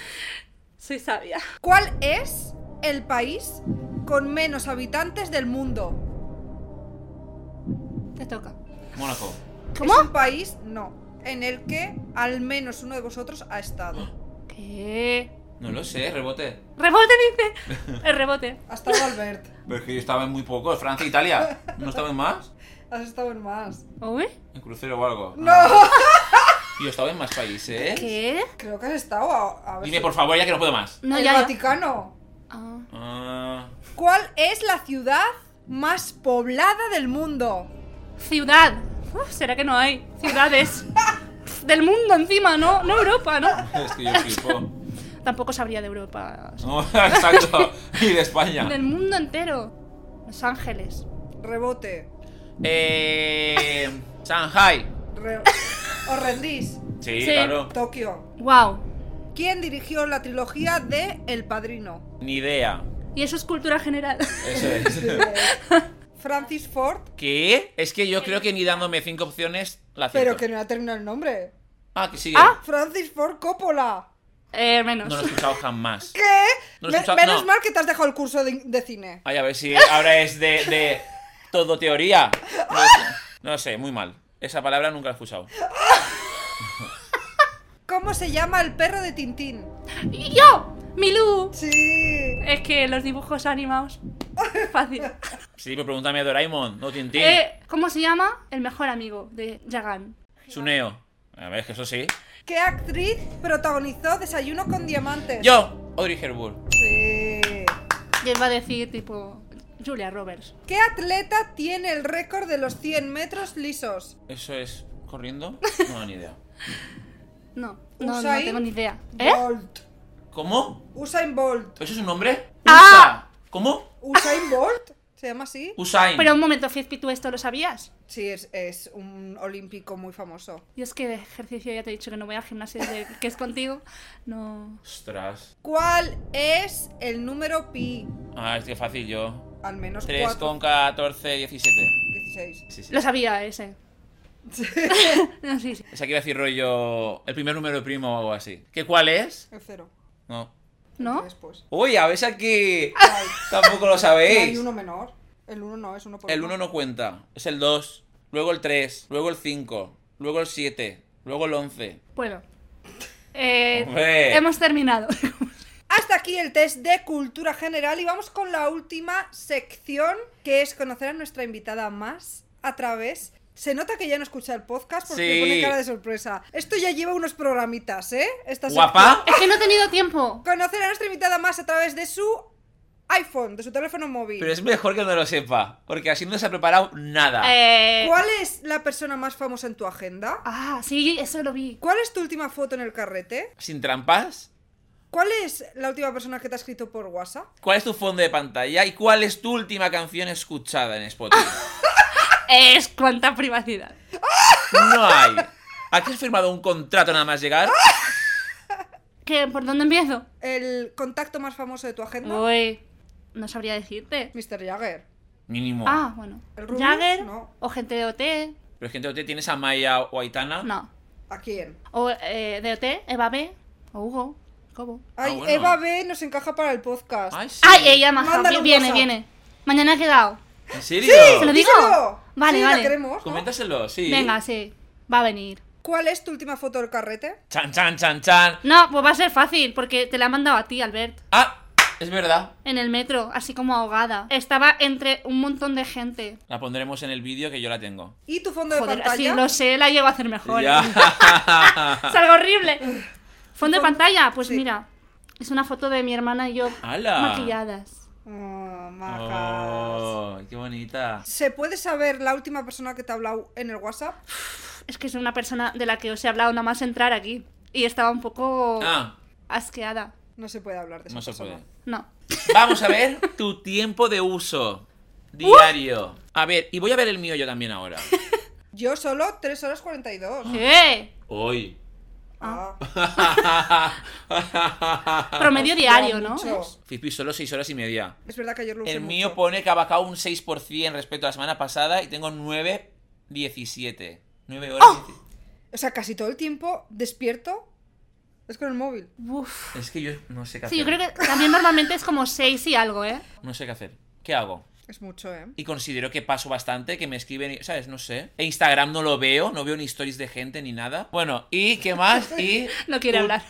Speaker 4: Soy sabia.
Speaker 2: ¿Cuál es el país con menos habitantes del mundo?
Speaker 4: Te toca.
Speaker 3: Mónaco.
Speaker 2: Es un país, no, en el que al menos uno de vosotros ha estado.
Speaker 4: ¿Qué?
Speaker 3: No lo sé, rebote.
Speaker 4: Rebote
Speaker 3: *laughs*
Speaker 4: dice. El rebote.
Speaker 2: Ha estado Albert.
Speaker 3: Pero es que yo estaba en muy poco, Francia e Italia. ¿No estaba en más?
Speaker 2: Has estado en más.
Speaker 4: ¿Uy?
Speaker 3: ¿En crucero o algo? Ah,
Speaker 2: ¡No!
Speaker 3: Yo estaba en más países.
Speaker 4: ¿Qué?
Speaker 2: Creo que has estado a, a ver
Speaker 3: Dime
Speaker 2: si-
Speaker 3: por favor ya que no puedo más.
Speaker 4: No,
Speaker 2: el
Speaker 4: ya, ya.
Speaker 2: Vaticano.
Speaker 4: Ah.
Speaker 3: Ah,
Speaker 2: ¿Cuál es la ciudad más poblada del mundo?
Speaker 4: Ciudad. Uf, ¿Será que no hay *laughs* ciudades? Del mundo encima, ¿no? No Europa, ¿no?
Speaker 3: es que yo flipo. *laughs*
Speaker 4: Tampoco sabría de Europa.
Speaker 3: No, *laughs* exacto. Y de España.
Speaker 4: Del mundo entero. Los Ángeles.
Speaker 2: Rebote.
Speaker 3: Eh. Shanghai. *laughs*
Speaker 2: Re- Os rendís.
Speaker 3: Sí,
Speaker 4: Sí.
Speaker 3: claro.
Speaker 2: Tokio.
Speaker 4: Wow.
Speaker 2: ¿Quién dirigió la trilogía de El Padrino?
Speaker 3: Ni idea.
Speaker 4: Y eso es cultura general. *laughs*
Speaker 3: Eso es.
Speaker 2: Francis Ford.
Speaker 3: ¿Qué? Es que yo creo que ni dándome cinco opciones la
Speaker 2: Pero
Speaker 3: acierto.
Speaker 2: que no ha terminado el nombre.
Speaker 3: Ah, que sigue.
Speaker 4: Ah.
Speaker 2: Francis Ford Coppola.
Speaker 4: Eh,
Speaker 3: No
Speaker 4: menos.
Speaker 3: lo he escuchado jamás.
Speaker 2: ¿Qué?
Speaker 3: No lo he
Speaker 2: Me-
Speaker 3: escuchado,
Speaker 2: menos
Speaker 3: no.
Speaker 2: mal que te has dejado el curso de, de cine.
Speaker 3: Ay, a ver si ahora es de, de todo teoría. No sé. No sé, muy mal. Esa palabra nunca la he escuchado.
Speaker 2: ¿Cómo se llama el perro de Tintín?
Speaker 4: ¡Y yo! ¡Milú!
Speaker 2: Sí.
Speaker 4: Es que los
Speaker 2: *laughs*
Speaker 4: dibujos animados. Fácil.
Speaker 3: Sí, pero pregúntame a Doraemon, no Tintín.
Speaker 4: Eh, ¿Cómo se llama? El mejor amigo de Jagan.
Speaker 3: Suneo. A ver, es que eso sí.
Speaker 2: ¿Qué actriz protagonizó Desayuno con Diamantes?
Speaker 3: Yo, Audrey Hepburn.
Speaker 2: Sí.
Speaker 4: Y él va a decir, tipo, Julia Roberts.
Speaker 2: ¿Qué atleta tiene el récord de los 100 metros lisos?
Speaker 3: ¿Eso es corriendo? No, ni idea.
Speaker 4: No, no, no
Speaker 2: Usain
Speaker 4: tengo ni idea. ¿Eh?
Speaker 2: Bolt.
Speaker 3: ¿Cómo?
Speaker 2: Usain Bolt.
Speaker 3: ¿Eso es un nombre?
Speaker 4: Ah.
Speaker 3: ¿Cómo?
Speaker 2: Usain Bolt. ¿Se llama así?
Speaker 3: Usain.
Speaker 4: Pero un momento, Fizpi, ¿tú esto lo sabías?
Speaker 2: Sí, es, es un olímpico muy famoso.
Speaker 4: Yo es que de ejercicio ya te he dicho que no voy al gimnasio
Speaker 2: *laughs*
Speaker 4: desde que es contigo. No.
Speaker 3: Ostras.
Speaker 2: ¿Cuál es el número pi?
Speaker 3: Ah, es que fácil yo.
Speaker 2: Al menos
Speaker 3: 3
Speaker 2: 4,
Speaker 3: con 14, 17.
Speaker 2: 16.
Speaker 3: Sí, sí.
Speaker 4: Lo sabía ese. *laughs* No, sí, sí.
Speaker 3: Esa que iba a decir rollo. El primer número primo o algo así. ¿Qué cuál es?
Speaker 2: El cero.
Speaker 3: No.
Speaker 4: ¿No?
Speaker 2: Después.
Speaker 3: Uy, a ver
Speaker 2: *laughs*
Speaker 3: si aquí.
Speaker 2: Ay,
Speaker 3: Tampoco lo
Speaker 2: ¿no hay
Speaker 3: sabéis.
Speaker 2: uno menor. El uno no, es uno por
Speaker 3: El 1 no cuenta. Es el 2. Luego el 3. Luego el 5. Luego el 7. Luego el 11.
Speaker 4: Bueno. Eh,
Speaker 3: Hombre.
Speaker 4: hemos terminado. *laughs*
Speaker 2: Hasta aquí el test de cultura general y vamos con la última sección que es conocer a nuestra invitada más a través. Se nota que ya no escucha el podcast porque
Speaker 3: Sí.
Speaker 2: pone cara de sorpresa. Esto ya lleva unos programitas, ¿eh? Esta
Speaker 3: ¿Guapa?
Speaker 4: Es que no he tenido tiempo.
Speaker 2: sección. Conocer a nuestra invitada más a través de su iPhone, de su teléfono móvil.
Speaker 3: Pero es mejor que no lo sepa. Porque así no se ha preparado nada.
Speaker 4: Eh,
Speaker 2: ¿Cuál es la persona más famosa en tu agenda?
Speaker 4: ah, sí, eso lo vi.
Speaker 2: ¿Cuál es tu última foto en el carrete?
Speaker 3: Sin trampas.
Speaker 2: ¿Cuál es la última persona que te ha escrito por WhatsApp?
Speaker 3: ¿Cuál es tu fondo de pantalla? ¿Y cuál es tu última canción escuchada
Speaker 2: *laughs*
Speaker 3: en Spotify?
Speaker 4: Es cuánta privacidad.
Speaker 3: No hay. ¿Aquí has firmado un contrato nada más llegar?
Speaker 2: Ah.
Speaker 4: ¿Qué, ¿Por dónde empiezo?
Speaker 2: ¿El contacto más famoso de tu agenda?
Speaker 4: Uy, no sabría decirte.
Speaker 2: Mr. Jagger.
Speaker 3: Mínimo.
Speaker 4: Ah, bueno.
Speaker 2: ¿El Rubius?
Speaker 4: Jagger
Speaker 2: No.
Speaker 4: o gente de OT.
Speaker 3: Pero es que entonces tienes a Maya o Aitana.
Speaker 4: No.
Speaker 2: ¿A quién?
Speaker 4: O eh, de OT, Eva B. O Hugo. ¿Cómo?
Speaker 2: Ay,
Speaker 3: Ah, bueno.
Speaker 2: Eva B nos encaja para el podcast.
Speaker 3: Ay, sí.
Speaker 4: Ay, ella maja.
Speaker 2: Mándalo un
Speaker 4: Viene,
Speaker 2: WhatsApp.
Speaker 4: viene. Mañana he quedado.
Speaker 3: ¿En serio?
Speaker 4: ¿Se lo digo?
Speaker 2: Díselo.
Speaker 4: Vale,
Speaker 2: Sí, la
Speaker 4: vale.
Speaker 2: queremos, ¿no?
Speaker 3: Coméntaselo, sí.
Speaker 4: Venga, sí. Va a venir.
Speaker 2: ¿Cuál es tu última foto del carrete?
Speaker 3: Chan, chan, chan, chan.
Speaker 4: No, pues va a ser fácil, porque te la han mandado a ti, Albert.
Speaker 3: Ah, es verdad.
Speaker 4: En el metro, así como ahogada. Estaba entre un montón de gente.
Speaker 3: La pondremos en el vídeo que yo la tengo.
Speaker 2: ¿Y tu fondo de
Speaker 4: Joder,
Speaker 2: pantalla?
Speaker 4: sí, lo sé, la llevo a hacer mejor. *laughs*
Speaker 3: Ya.
Speaker 4: Es algo horrible. Fondo de pantalla, pues
Speaker 2: Sí.
Speaker 4: mira, es una foto de mi hermana y yo
Speaker 3: ¡Hala!
Speaker 4: maquilladas.
Speaker 2: Oh, majas.
Speaker 3: Oh, qué bonita.
Speaker 2: ¿Se puede saber la última persona que te ha hablado en el WhatsApp?
Speaker 4: Es que es una persona de la que os he hablado nada más entrar aquí y estaba un poco
Speaker 3: Ah,
Speaker 4: asqueada.
Speaker 2: No se puede hablar de eso.
Speaker 3: no se puede.
Speaker 4: No.
Speaker 3: Vamos a ver tu tiempo de uso diario. A ver, y voy a ver el mío yo también
Speaker 4: *laughs*
Speaker 3: ahora.
Speaker 2: Yo solo 3 horas
Speaker 3: Ah.
Speaker 2: 42.
Speaker 4: ¿Qué?
Speaker 3: Hoy.
Speaker 2: Ah,
Speaker 3: Ah.
Speaker 4: Promedio diario, ¿no?
Speaker 2: mucho.
Speaker 3: Fizpi solo 6 horas y media.
Speaker 2: Es verdad que ayer lo usé
Speaker 3: El
Speaker 2: mucho.
Speaker 3: mío pone que ha bajado un 6% respecto a la semana pasada y tengo 9, 17. 9 horas.
Speaker 4: ¡Ah!
Speaker 3: 17.
Speaker 2: O sea, casi todo el tiempo despierto es con el móvil.
Speaker 4: Uf.
Speaker 3: Es que yo no sé qué hacer.
Speaker 4: Sí, yo creo que también normalmente es como seis y algo, ¿eh?
Speaker 3: No sé qué hacer. ¿Qué hago?
Speaker 2: Es mucho, ¿eh?
Speaker 3: Y considero que paso bastante, que me escriben, y- ¿sabes? No sé. E Instagram no lo veo, no veo ni stories de gente ni nada. Bueno, ¿y qué más? ¿Y
Speaker 4: No quiere hablar.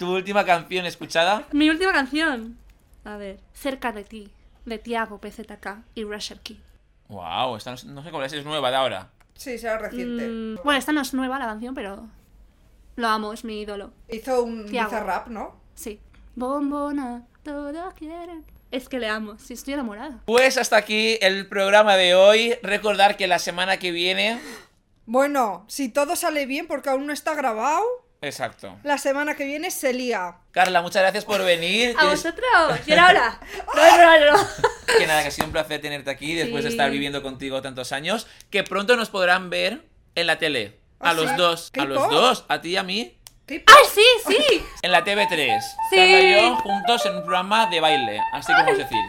Speaker 3: tu última canción escuchada?
Speaker 4: Mi última canción. A ver. Cerca de ti, de Tiago PZK y Rusher Key.
Speaker 3: Wow, esta no, sé- no sé cuál es, es nueva de ahora.
Speaker 2: Sí, será reciente.
Speaker 4: Mm, bueno, esta no es nueva la canción, pero lo amo, es mi ídolo.
Speaker 2: Hizo un
Speaker 4: Tiago.
Speaker 2: rap, ¿no?
Speaker 4: Sí. Bombona, todos quieren. Es que le amo, sí, estoy enamorada.
Speaker 3: Pues hasta aquí el programa de hoy. Recordar que la semana que viene.
Speaker 2: Bueno, si todo sale bien, porque aún no está grabado,
Speaker 3: Exacto.
Speaker 2: la semana que viene se lía.
Speaker 3: Carla, muchas gracias por venir.
Speaker 4: ¿A
Speaker 3: Tienes-
Speaker 4: vosotros? ¿Y ahora? No, no, no. *laughs*
Speaker 3: Que nada, que ha sido un placer tenerte aquí después de
Speaker 4: Sí.
Speaker 3: estar viviendo contigo tantos años. Que pronto nos podrán ver en la tele. A
Speaker 2: Ah,
Speaker 3: los
Speaker 2: sí.
Speaker 3: dos, a
Speaker 2: Qué
Speaker 3: los
Speaker 2: pop.
Speaker 3: dos, a ti y a mí.
Speaker 2: ¿Qué p-
Speaker 4: ¡Ay, Ah, sí, sí!
Speaker 3: En la TV3.
Speaker 4: Sí.
Speaker 3: Carla y yo juntos en un programa de baile. Así como es decir.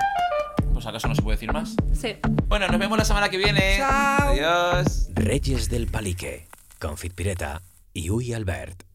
Speaker 3: Pues acaso no se puede decir más.
Speaker 4: Sí.
Speaker 3: Bueno, nos vemos la semana que viene.
Speaker 2: Chao.
Speaker 3: Adiós.
Speaker 1: Reyes del Palique, Confit Pireta y Uy Albert.